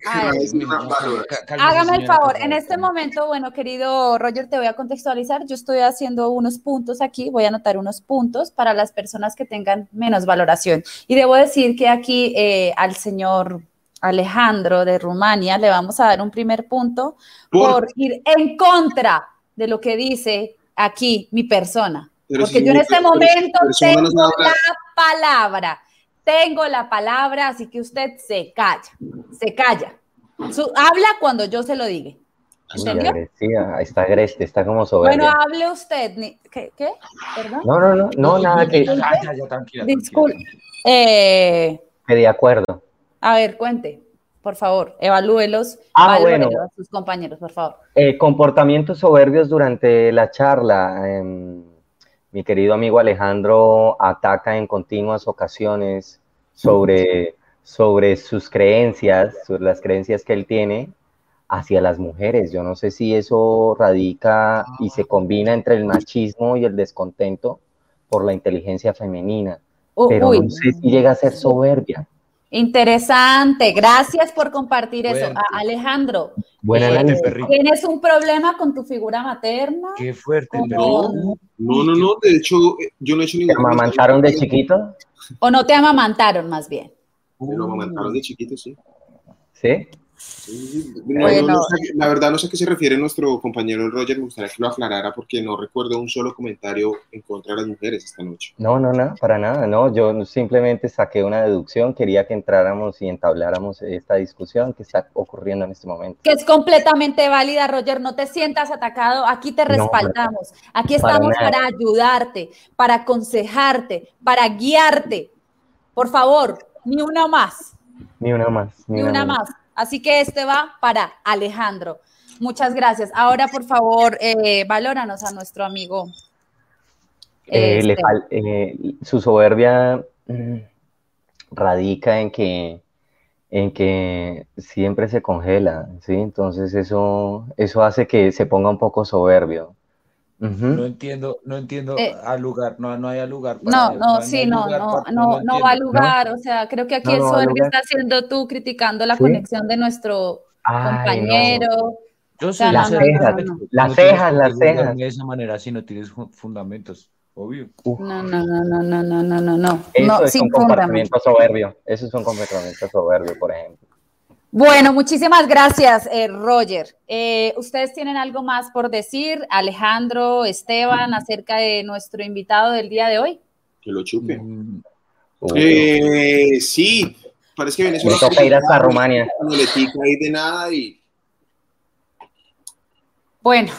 S4: Querrás
S3: Ay,
S5: Dios
S4: decir
S5: mío,
S4: una
S5: no, cal-
S4: valoración.
S5: cal- cálmese,
S3: hágame el
S5: señora,
S3: favor,
S5: por
S3: en
S5: favor.
S3: este momento, bueno, querido Roger, te voy a contextualizar. Yo estoy haciendo unos puntos aquí, voy a anotar unos puntos para las personas que tengan menos valoración. Y debo decir que aquí eh, al señor Alejandro de Rumania le vamos a dar un primer punto
S4: Por-
S3: por ir en contra de lo que dice aquí mi persona.
S4: pero
S3: Porque
S4: si
S3: yo en
S4: mi
S3: este
S4: per-
S3: momento
S4: persona no
S3: tengo
S4: sabe hablar,
S3: la palabra, tengo la palabra, así que usted se calla, se calla. Su- habla cuando yo se lo diga.
S1: Uy,
S3: ¿Entendió?
S1: agresiva, está agreste, está como soberbia.
S3: Bueno, ah. hable usted. ni- ¿Qué? qué? ¿Perdón?
S1: no, no, no, no, nada que,
S5: Ya, Ah, ya, ya, tranquila, tranquila.
S3: Disculpe. Eh,
S1: que de acuerdo.
S3: a ver, cuente, por favor, evalúelos,
S1: Ah,
S3: valórenlo
S1: bueno.
S3: a sus compañeros, por favor.
S1: Eh, comportamientos soberbios durante la charla. em, mi querido amigo Alejandro ataca en continuas ocasiones sobre, sobre sus creencias, sobre las creencias que él tiene hacia las mujeres. Yo no sé si eso radica y se combina entre el machismo y el descontento por la inteligencia femenina,
S3: U-
S1: pero
S3: uy,
S1: no sé si llega a ser soberbia.
S3: interesante. Gracias por compartir eso.
S5: Fuerte.
S3: A- Alejandro,
S1: Buen
S3: Eh,
S5: Fuerte,
S1: análisis.
S5: perrito.
S3: ¿tienes un problema con tu figura materna?
S5: Qué fuerte,
S3: Como-
S5: perrito.
S4: No, no, no, de hecho, eh, yo no he hecho
S1: ¿Te
S4: ningún
S1: amamantaron de chiquito?
S3: ¿O no te amamantaron más bien?
S4: Me lo amamantaron de chiquito, sí.
S1: Sí.
S4: Sí, sí, sí. No,
S3: Bueno.
S4: no, no sé- la verdad no sé a qué se refiere nuestro compañero Roger, me gustaría que lo aclarara porque no recuerdo un solo comentario en contra de las mujeres esta noche.
S1: No, no, no, para nada, no, yo simplemente saqué una deducción, quería que entráramos y entabláramos esta discusión que está ocurriendo en este momento.
S3: Que es completamente válida, Roger. No te sientas atacado. Aquí te
S1: No,
S3: respaldamos. Aquí
S1: para
S3: estamos
S1: nada.
S3: para ayudarte, para aconsejarte, para guiarte. Por favor, ni una más,
S1: Ni una más, ni,
S3: ni una más. Así que este va para Alejandro. Muchas gracias. Ahora, por favor, eh, valóranos a nuestro amigo.
S1: Eh, le
S3: Este.
S1: fal- eh, su soberbia mm, radica en que, en que siempre se congela, ¿sí? Entonces eso, eso hace que se ponga un poco soberbio.
S5: No entiendo, no entiendo
S3: Eh.
S5: al lugar, no, no hay al lugar.
S3: No, no,
S5: hay
S3: sí, no,
S5: lugar
S3: no,
S5: para-
S3: no, no va al
S5: entiendo.
S3: lugar. O sea, creo que aquí
S1: No,
S3: el
S1: no va al
S3: soberbio
S1: lugar.
S3: está haciendo tú criticando la
S1: ¿Sí?
S3: conexión de nuestro
S1: Ay, no.
S3: compañero.
S5: Yo
S3: sea,
S5: soy
S3: no,
S5: un
S3: no,
S5: ser
S3: no,
S5: humano.
S3: no.
S5: Tú
S1: Las
S5: no tienes
S1: cejas,
S5: por qué
S1: las
S5: juzgarme
S1: cejas.
S5: De esa manera, si no tienes ju- fundamentos, obvio.
S3: No, no, no, no, no, no, no, no, no.
S1: Eso
S3: No,
S1: es
S3: sin
S1: un
S3: fundamento.
S1: comportamiento soberbio. Eso es un comportamiento soberbio, por ejemplo.
S3: Bueno, muchísimas gracias, eh, Roger. Eh, ¿Ustedes tienen algo más por decir, Alejandro, Esteban, acerca de nuestro invitado del día de hoy?
S4: Que lo chupe.
S5: Mm,
S4: Eh, sí, parece que
S1: Me
S4: Venezuela.
S1: toca ir hasta Rumania.
S4: No le tica ahí de nada y
S3: Bueno,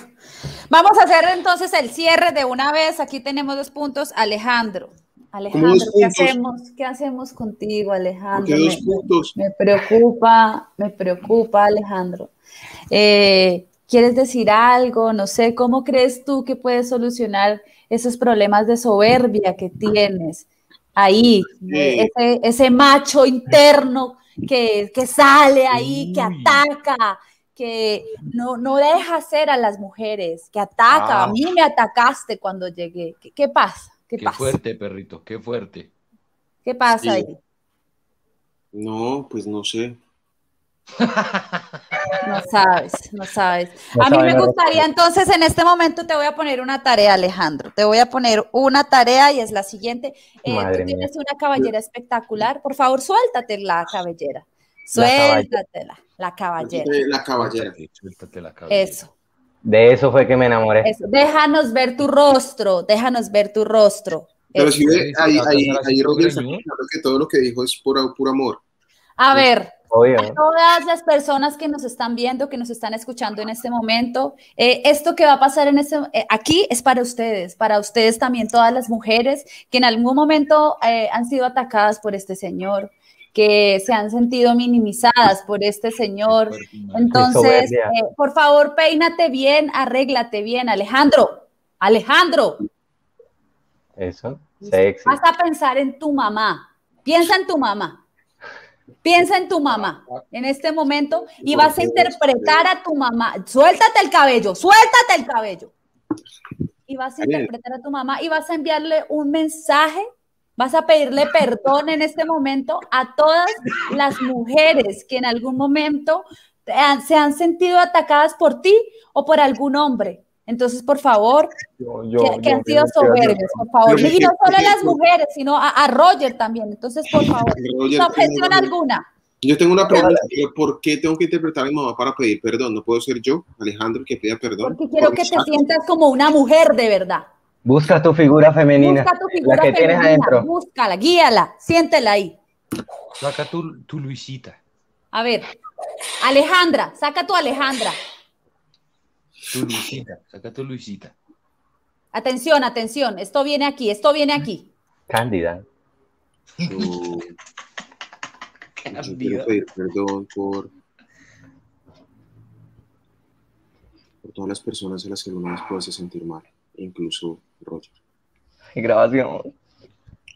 S3: vamos a hacer entonces el cierre de una vez. Aquí tenemos dos puntos, Alejandro. Alejandro,
S4: dos
S3: ¿qué
S4: puntos?
S3: hacemos? ¿Qué hacemos contigo,
S4: ¿por
S3: Alejandro?
S4: qué dos
S3: Me-
S4: puntos?
S3: Me preocupa, me preocupa, Alejandro. Eh, ¿Quieres decir algo? No sé, ¿cómo crees tú que puedes solucionar esos problemas de soberbia que tienes ahí? Eh, ese, ese macho interno que, que sale ahí, que
S5: Uy.
S3: ataca, que no, no deja hacer a las mujeres, que ataca. A
S5: Ah.
S3: mí me atacaste cuando llegué. ¿Qué, qué pasa? ¿Qué,
S5: Qué
S3: pasa?
S5: fuerte, perrito, qué fuerte.
S3: ¿Qué pasa
S4: Sí.
S3: ahí?
S4: No, pues no sé.
S3: No sabes, no sabes.
S1: No
S3: a mí
S1: sabe,
S3: me
S1: no
S3: gustaría entonces en este momento te voy a poner una tarea, Alejandro. Te voy a poner una tarea y es la siguiente. Eh,
S1: Madre
S3: tú
S1: mía.
S3: tienes una cabellera espectacular. Por favor, suéltate la cabellera.
S1: caballera.
S3: Suéltatela, la cabellera.
S4: Eh, La caballera.
S5: Suéltate la cabeza.
S3: Eso,
S1: De eso fue que me enamoré.
S3: eso. Déjanos ver tu rostro, déjanos ver tu rostro.
S4: Pero
S3: Eso.
S4: si ve,
S5: Sí,
S4: ahí,
S5: sí,
S4: ahí,
S5: acá
S4: ahí
S5: será
S4: Roger
S5: así,
S4: está
S5: ¿no?
S4: claro que todo lo que dijo es puro, puro amor.
S3: A ver,
S1: Obvio.
S3: A todas las personas que nos están viendo, que nos están escuchando en este momento, eh, esto que va a pasar en este, eh, aquí es para ustedes, para ustedes también, todas las mujeres que en algún momento eh, han sido atacadas por este señor, que se han sentido minimizadas por este señor.
S5: Qué fuerte, madre.
S3: Entonces,
S1: soberbia.
S3: eh, por favor, peínate bien, arréglate bien, Alejandro. Alejandro,
S1: Eso. Sexy.
S3: vas a pensar en tu mamá. Piensa en tu mamá. Piensa en tu mamá en este momento y vas a interpretar a tu mamá. Suéltate el cabello, suéltate el cabello. Y vas a interpretar a tu mamá y vas a enviarle un mensaje. Vas a pedirle perdón en este momento a todas las mujeres que en algún momento te han- se han sentido atacadas por ti o por algún hombre. Entonces, por favor,
S1: Yo-
S3: que,
S1: yo-
S3: que
S1: yo-
S3: han sido
S1: yo- yo-
S3: soberbios, por favor.
S4: Yo me
S3: Y no
S4: siento
S3: solo a las
S4: bien.
S3: mujeres, sino a, a Roger también. Entonces, por favor,
S4: Roger,
S3: no objeción
S4: Roger.
S3: alguna.
S4: Yo tengo una pregunta, pero ¿por qué tengo que interpretar a mi mamá para pedir perdón? ¿No puedo ser yo, Alejandro, el que pida perdón?
S3: Porque quiero
S4: Por
S3: que
S4: mis
S3: te
S4: actos.
S3: sientas como una mujer de verdad.
S1: Busca tu figura femenina.
S3: Busca tu
S1: la
S3: figura
S1: que tienes
S3: femenina,
S1: adentro.
S3: búscala, guíala, siéntela ahí.
S5: Saca tu, tu Luisita,
S3: A ver, Alejandra, saca tu Alejandra.
S5: tu Luisita, saca tu Luisita.
S3: Atención, atención, esto viene aquí, esto viene aquí.
S1: Cándida.
S4: Yo- yo quiero pedir perdón por, por todas las personas a las que no les puedo hacer sentir mal, incluso Roger.
S1: Grabación.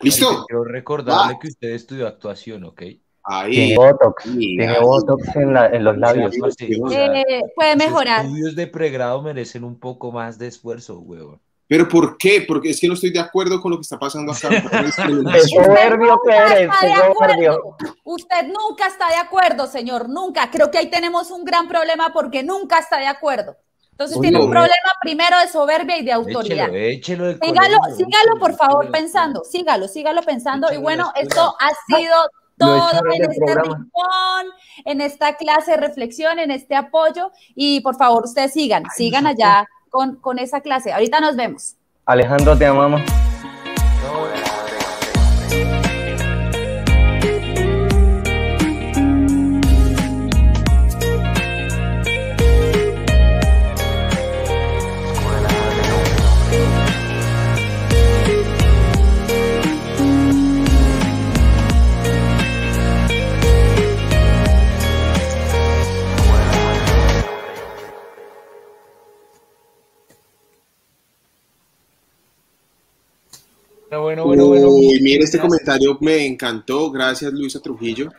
S4: ¿Listo?
S5: Marica, Quiero
S3: Ah.
S5: recordarle que usted estudió actuación, ¿ok?
S4: Ahí.
S1: Tiene botox.
S4: ahí,
S1: Tiene
S4: ahí.
S1: botox en, la- en los labios.
S4: Dios,
S5: Sí,
S4: Dios.
S5: o sea,
S3: Eh, puede
S5: los
S3: mejorar.
S5: estudios de pregrado merecen un poco más de esfuerzo, huevón.
S4: ¿Pero por qué? Porque es que no estoy de acuerdo con lo que está pasando acá. Por una
S1: Qué
S4: discriminación.
S1: soberbio que
S3: nunca
S1: eres.
S3: está
S1: Qué
S3: de
S1: soberbio.
S3: acuerdo. Usted nunca está de acuerdo, señor, nunca. Creo que ahí tenemos un gran problema porque nunca está de acuerdo. Entonces
S4: Uy,
S3: tiene
S4: no,
S3: un
S4: eh.
S3: problema primero de soberbia y de autoridad.
S2: eh,
S5: Échelo, échelo del
S3: Sígalo,
S5: colegio,
S3: sígalo, por
S5: échelo,
S3: favor,
S5: échelo.
S3: pensando. Sígalo, sígalo pensando. Y
S5: Échale
S3: bueno,
S5: las
S3: esto ha sido
S1: Lo
S3: todo
S1: echaron
S3: en
S1: del
S3: este
S1: programa.
S3: rincón, en esta clase de reflexión, en este apoyo. Y por favor, ustedes sigan, sigan
S5: nos
S3: allá con, con esa clase. Ahorita nos vemos.
S1: Alejandro, te amamos.
S5: Bueno, bueno, bueno.
S4: este Uy, mira, este comentario me encantó. Gracias, Luisa Trujillo.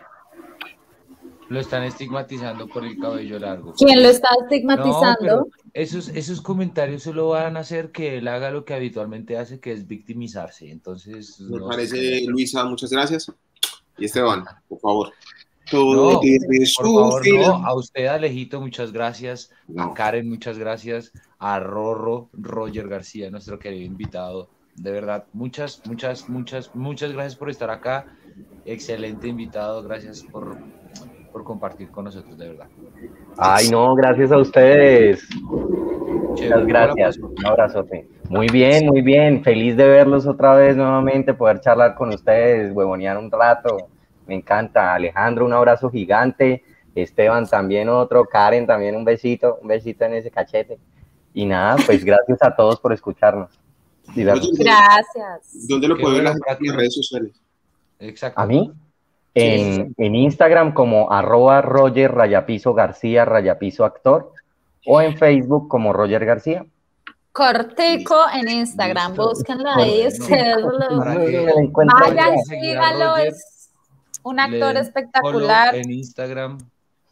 S2: Lo están estigmatizando por el cabello largo.
S3: ¿Quién lo está
S2: No,
S3: estigmatizando?
S2: pero esos, esos comentarios solo van a hacer que él haga lo que habitualmente hace, que es victimizarse. Entonces,
S4: Me
S2: no sé.
S4: parece, Luisa, muchas gracias. Y Esteban, por favor. Todo
S2: No,
S4: desde
S2: Por
S4: su
S2: favor, no.
S4: fila.
S2: A usted, Alejito, muchas gracias.
S4: No.
S2: A Karen, muchas gracias. A Rorro, Roger García, nuestro querido invitado. De verdad, muchas, muchas, muchas, muchas gracias por estar acá. Excelente invitado. Gracias por, por compartir con nosotros, de verdad.
S1: Ay, no, gracias a ustedes.
S2: Chévere,
S1: Muchas
S2: ¿cómo la
S1: gracias.
S2: pasó?
S1: Un abrazote. Muy bien, muy bien. Feliz de verlos otra vez nuevamente, poder charlar con ustedes, huevonear un rato. Me encanta. Alejandro, un abrazo gigante. Esteban también otro. Karen también un besito, un besito en ese cachete. Y nada, pues gracias a todos por escucharnos. Y la-
S4: Oye,
S3: Gracias.
S4: ¿Dónde lo
S2: Qué
S4: puede ver la
S2: buena
S4: gente
S2: práctica.
S4: en las redes sociales?
S2: Exacto.
S1: ¿A mí? En, en Instagram como arroba Roger Rayapiso García, Rayapiso Actor, o en Facebook como Roger García.
S3: Cortico en Instagram,
S2: Listo.
S3: búsquenla ahí,
S2: Bueno.
S3: ustedes lo-
S2: Para que-
S1: Me la encuentro
S3: Vayan,
S1: ya.
S2: seguir a
S3: síganlo,
S2: Roger,
S3: es un actor
S2: den
S3: espectacular.
S2: follow en Instagram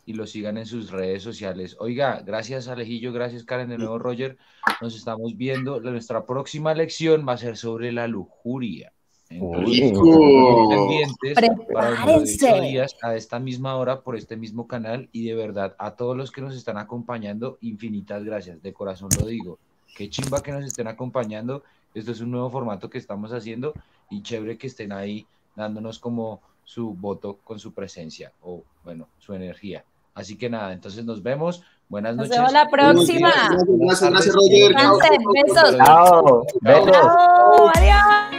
S2: y lo sigan en sus redes sociales. Oiga, gracias Alejillo, gracias Karen de nuevo Roger. Nos estamos viendo. La- Nuestra próxima lección va a ser sobre la lujuria. Entonces,
S1: Uy.
S2: estén
S4: Rico.
S2: pendientes para dentro de
S3: Prepárense.
S2: ocho días a esta misma hora por este mismo canal y de verdad a todos los que nos están acompañando, infinitas gracias, de corazón lo digo. Qué chimba que nos estén acompañando. Esto es un nuevo formato que estamos haciendo y chévere que estén ahí dándonos como su voto con su presencia o bueno, su energía. Así que nada, entonces nos vemos. Buenas
S3: Nos
S2: noches.
S3: vemos la próxima.
S4: Gracias, gracias,
S2: Buenas
S4: gracias, Roger.
S2: tardes.
S3: Cuídense, besos.
S1: Chao, besos.
S3: Chao, adiós.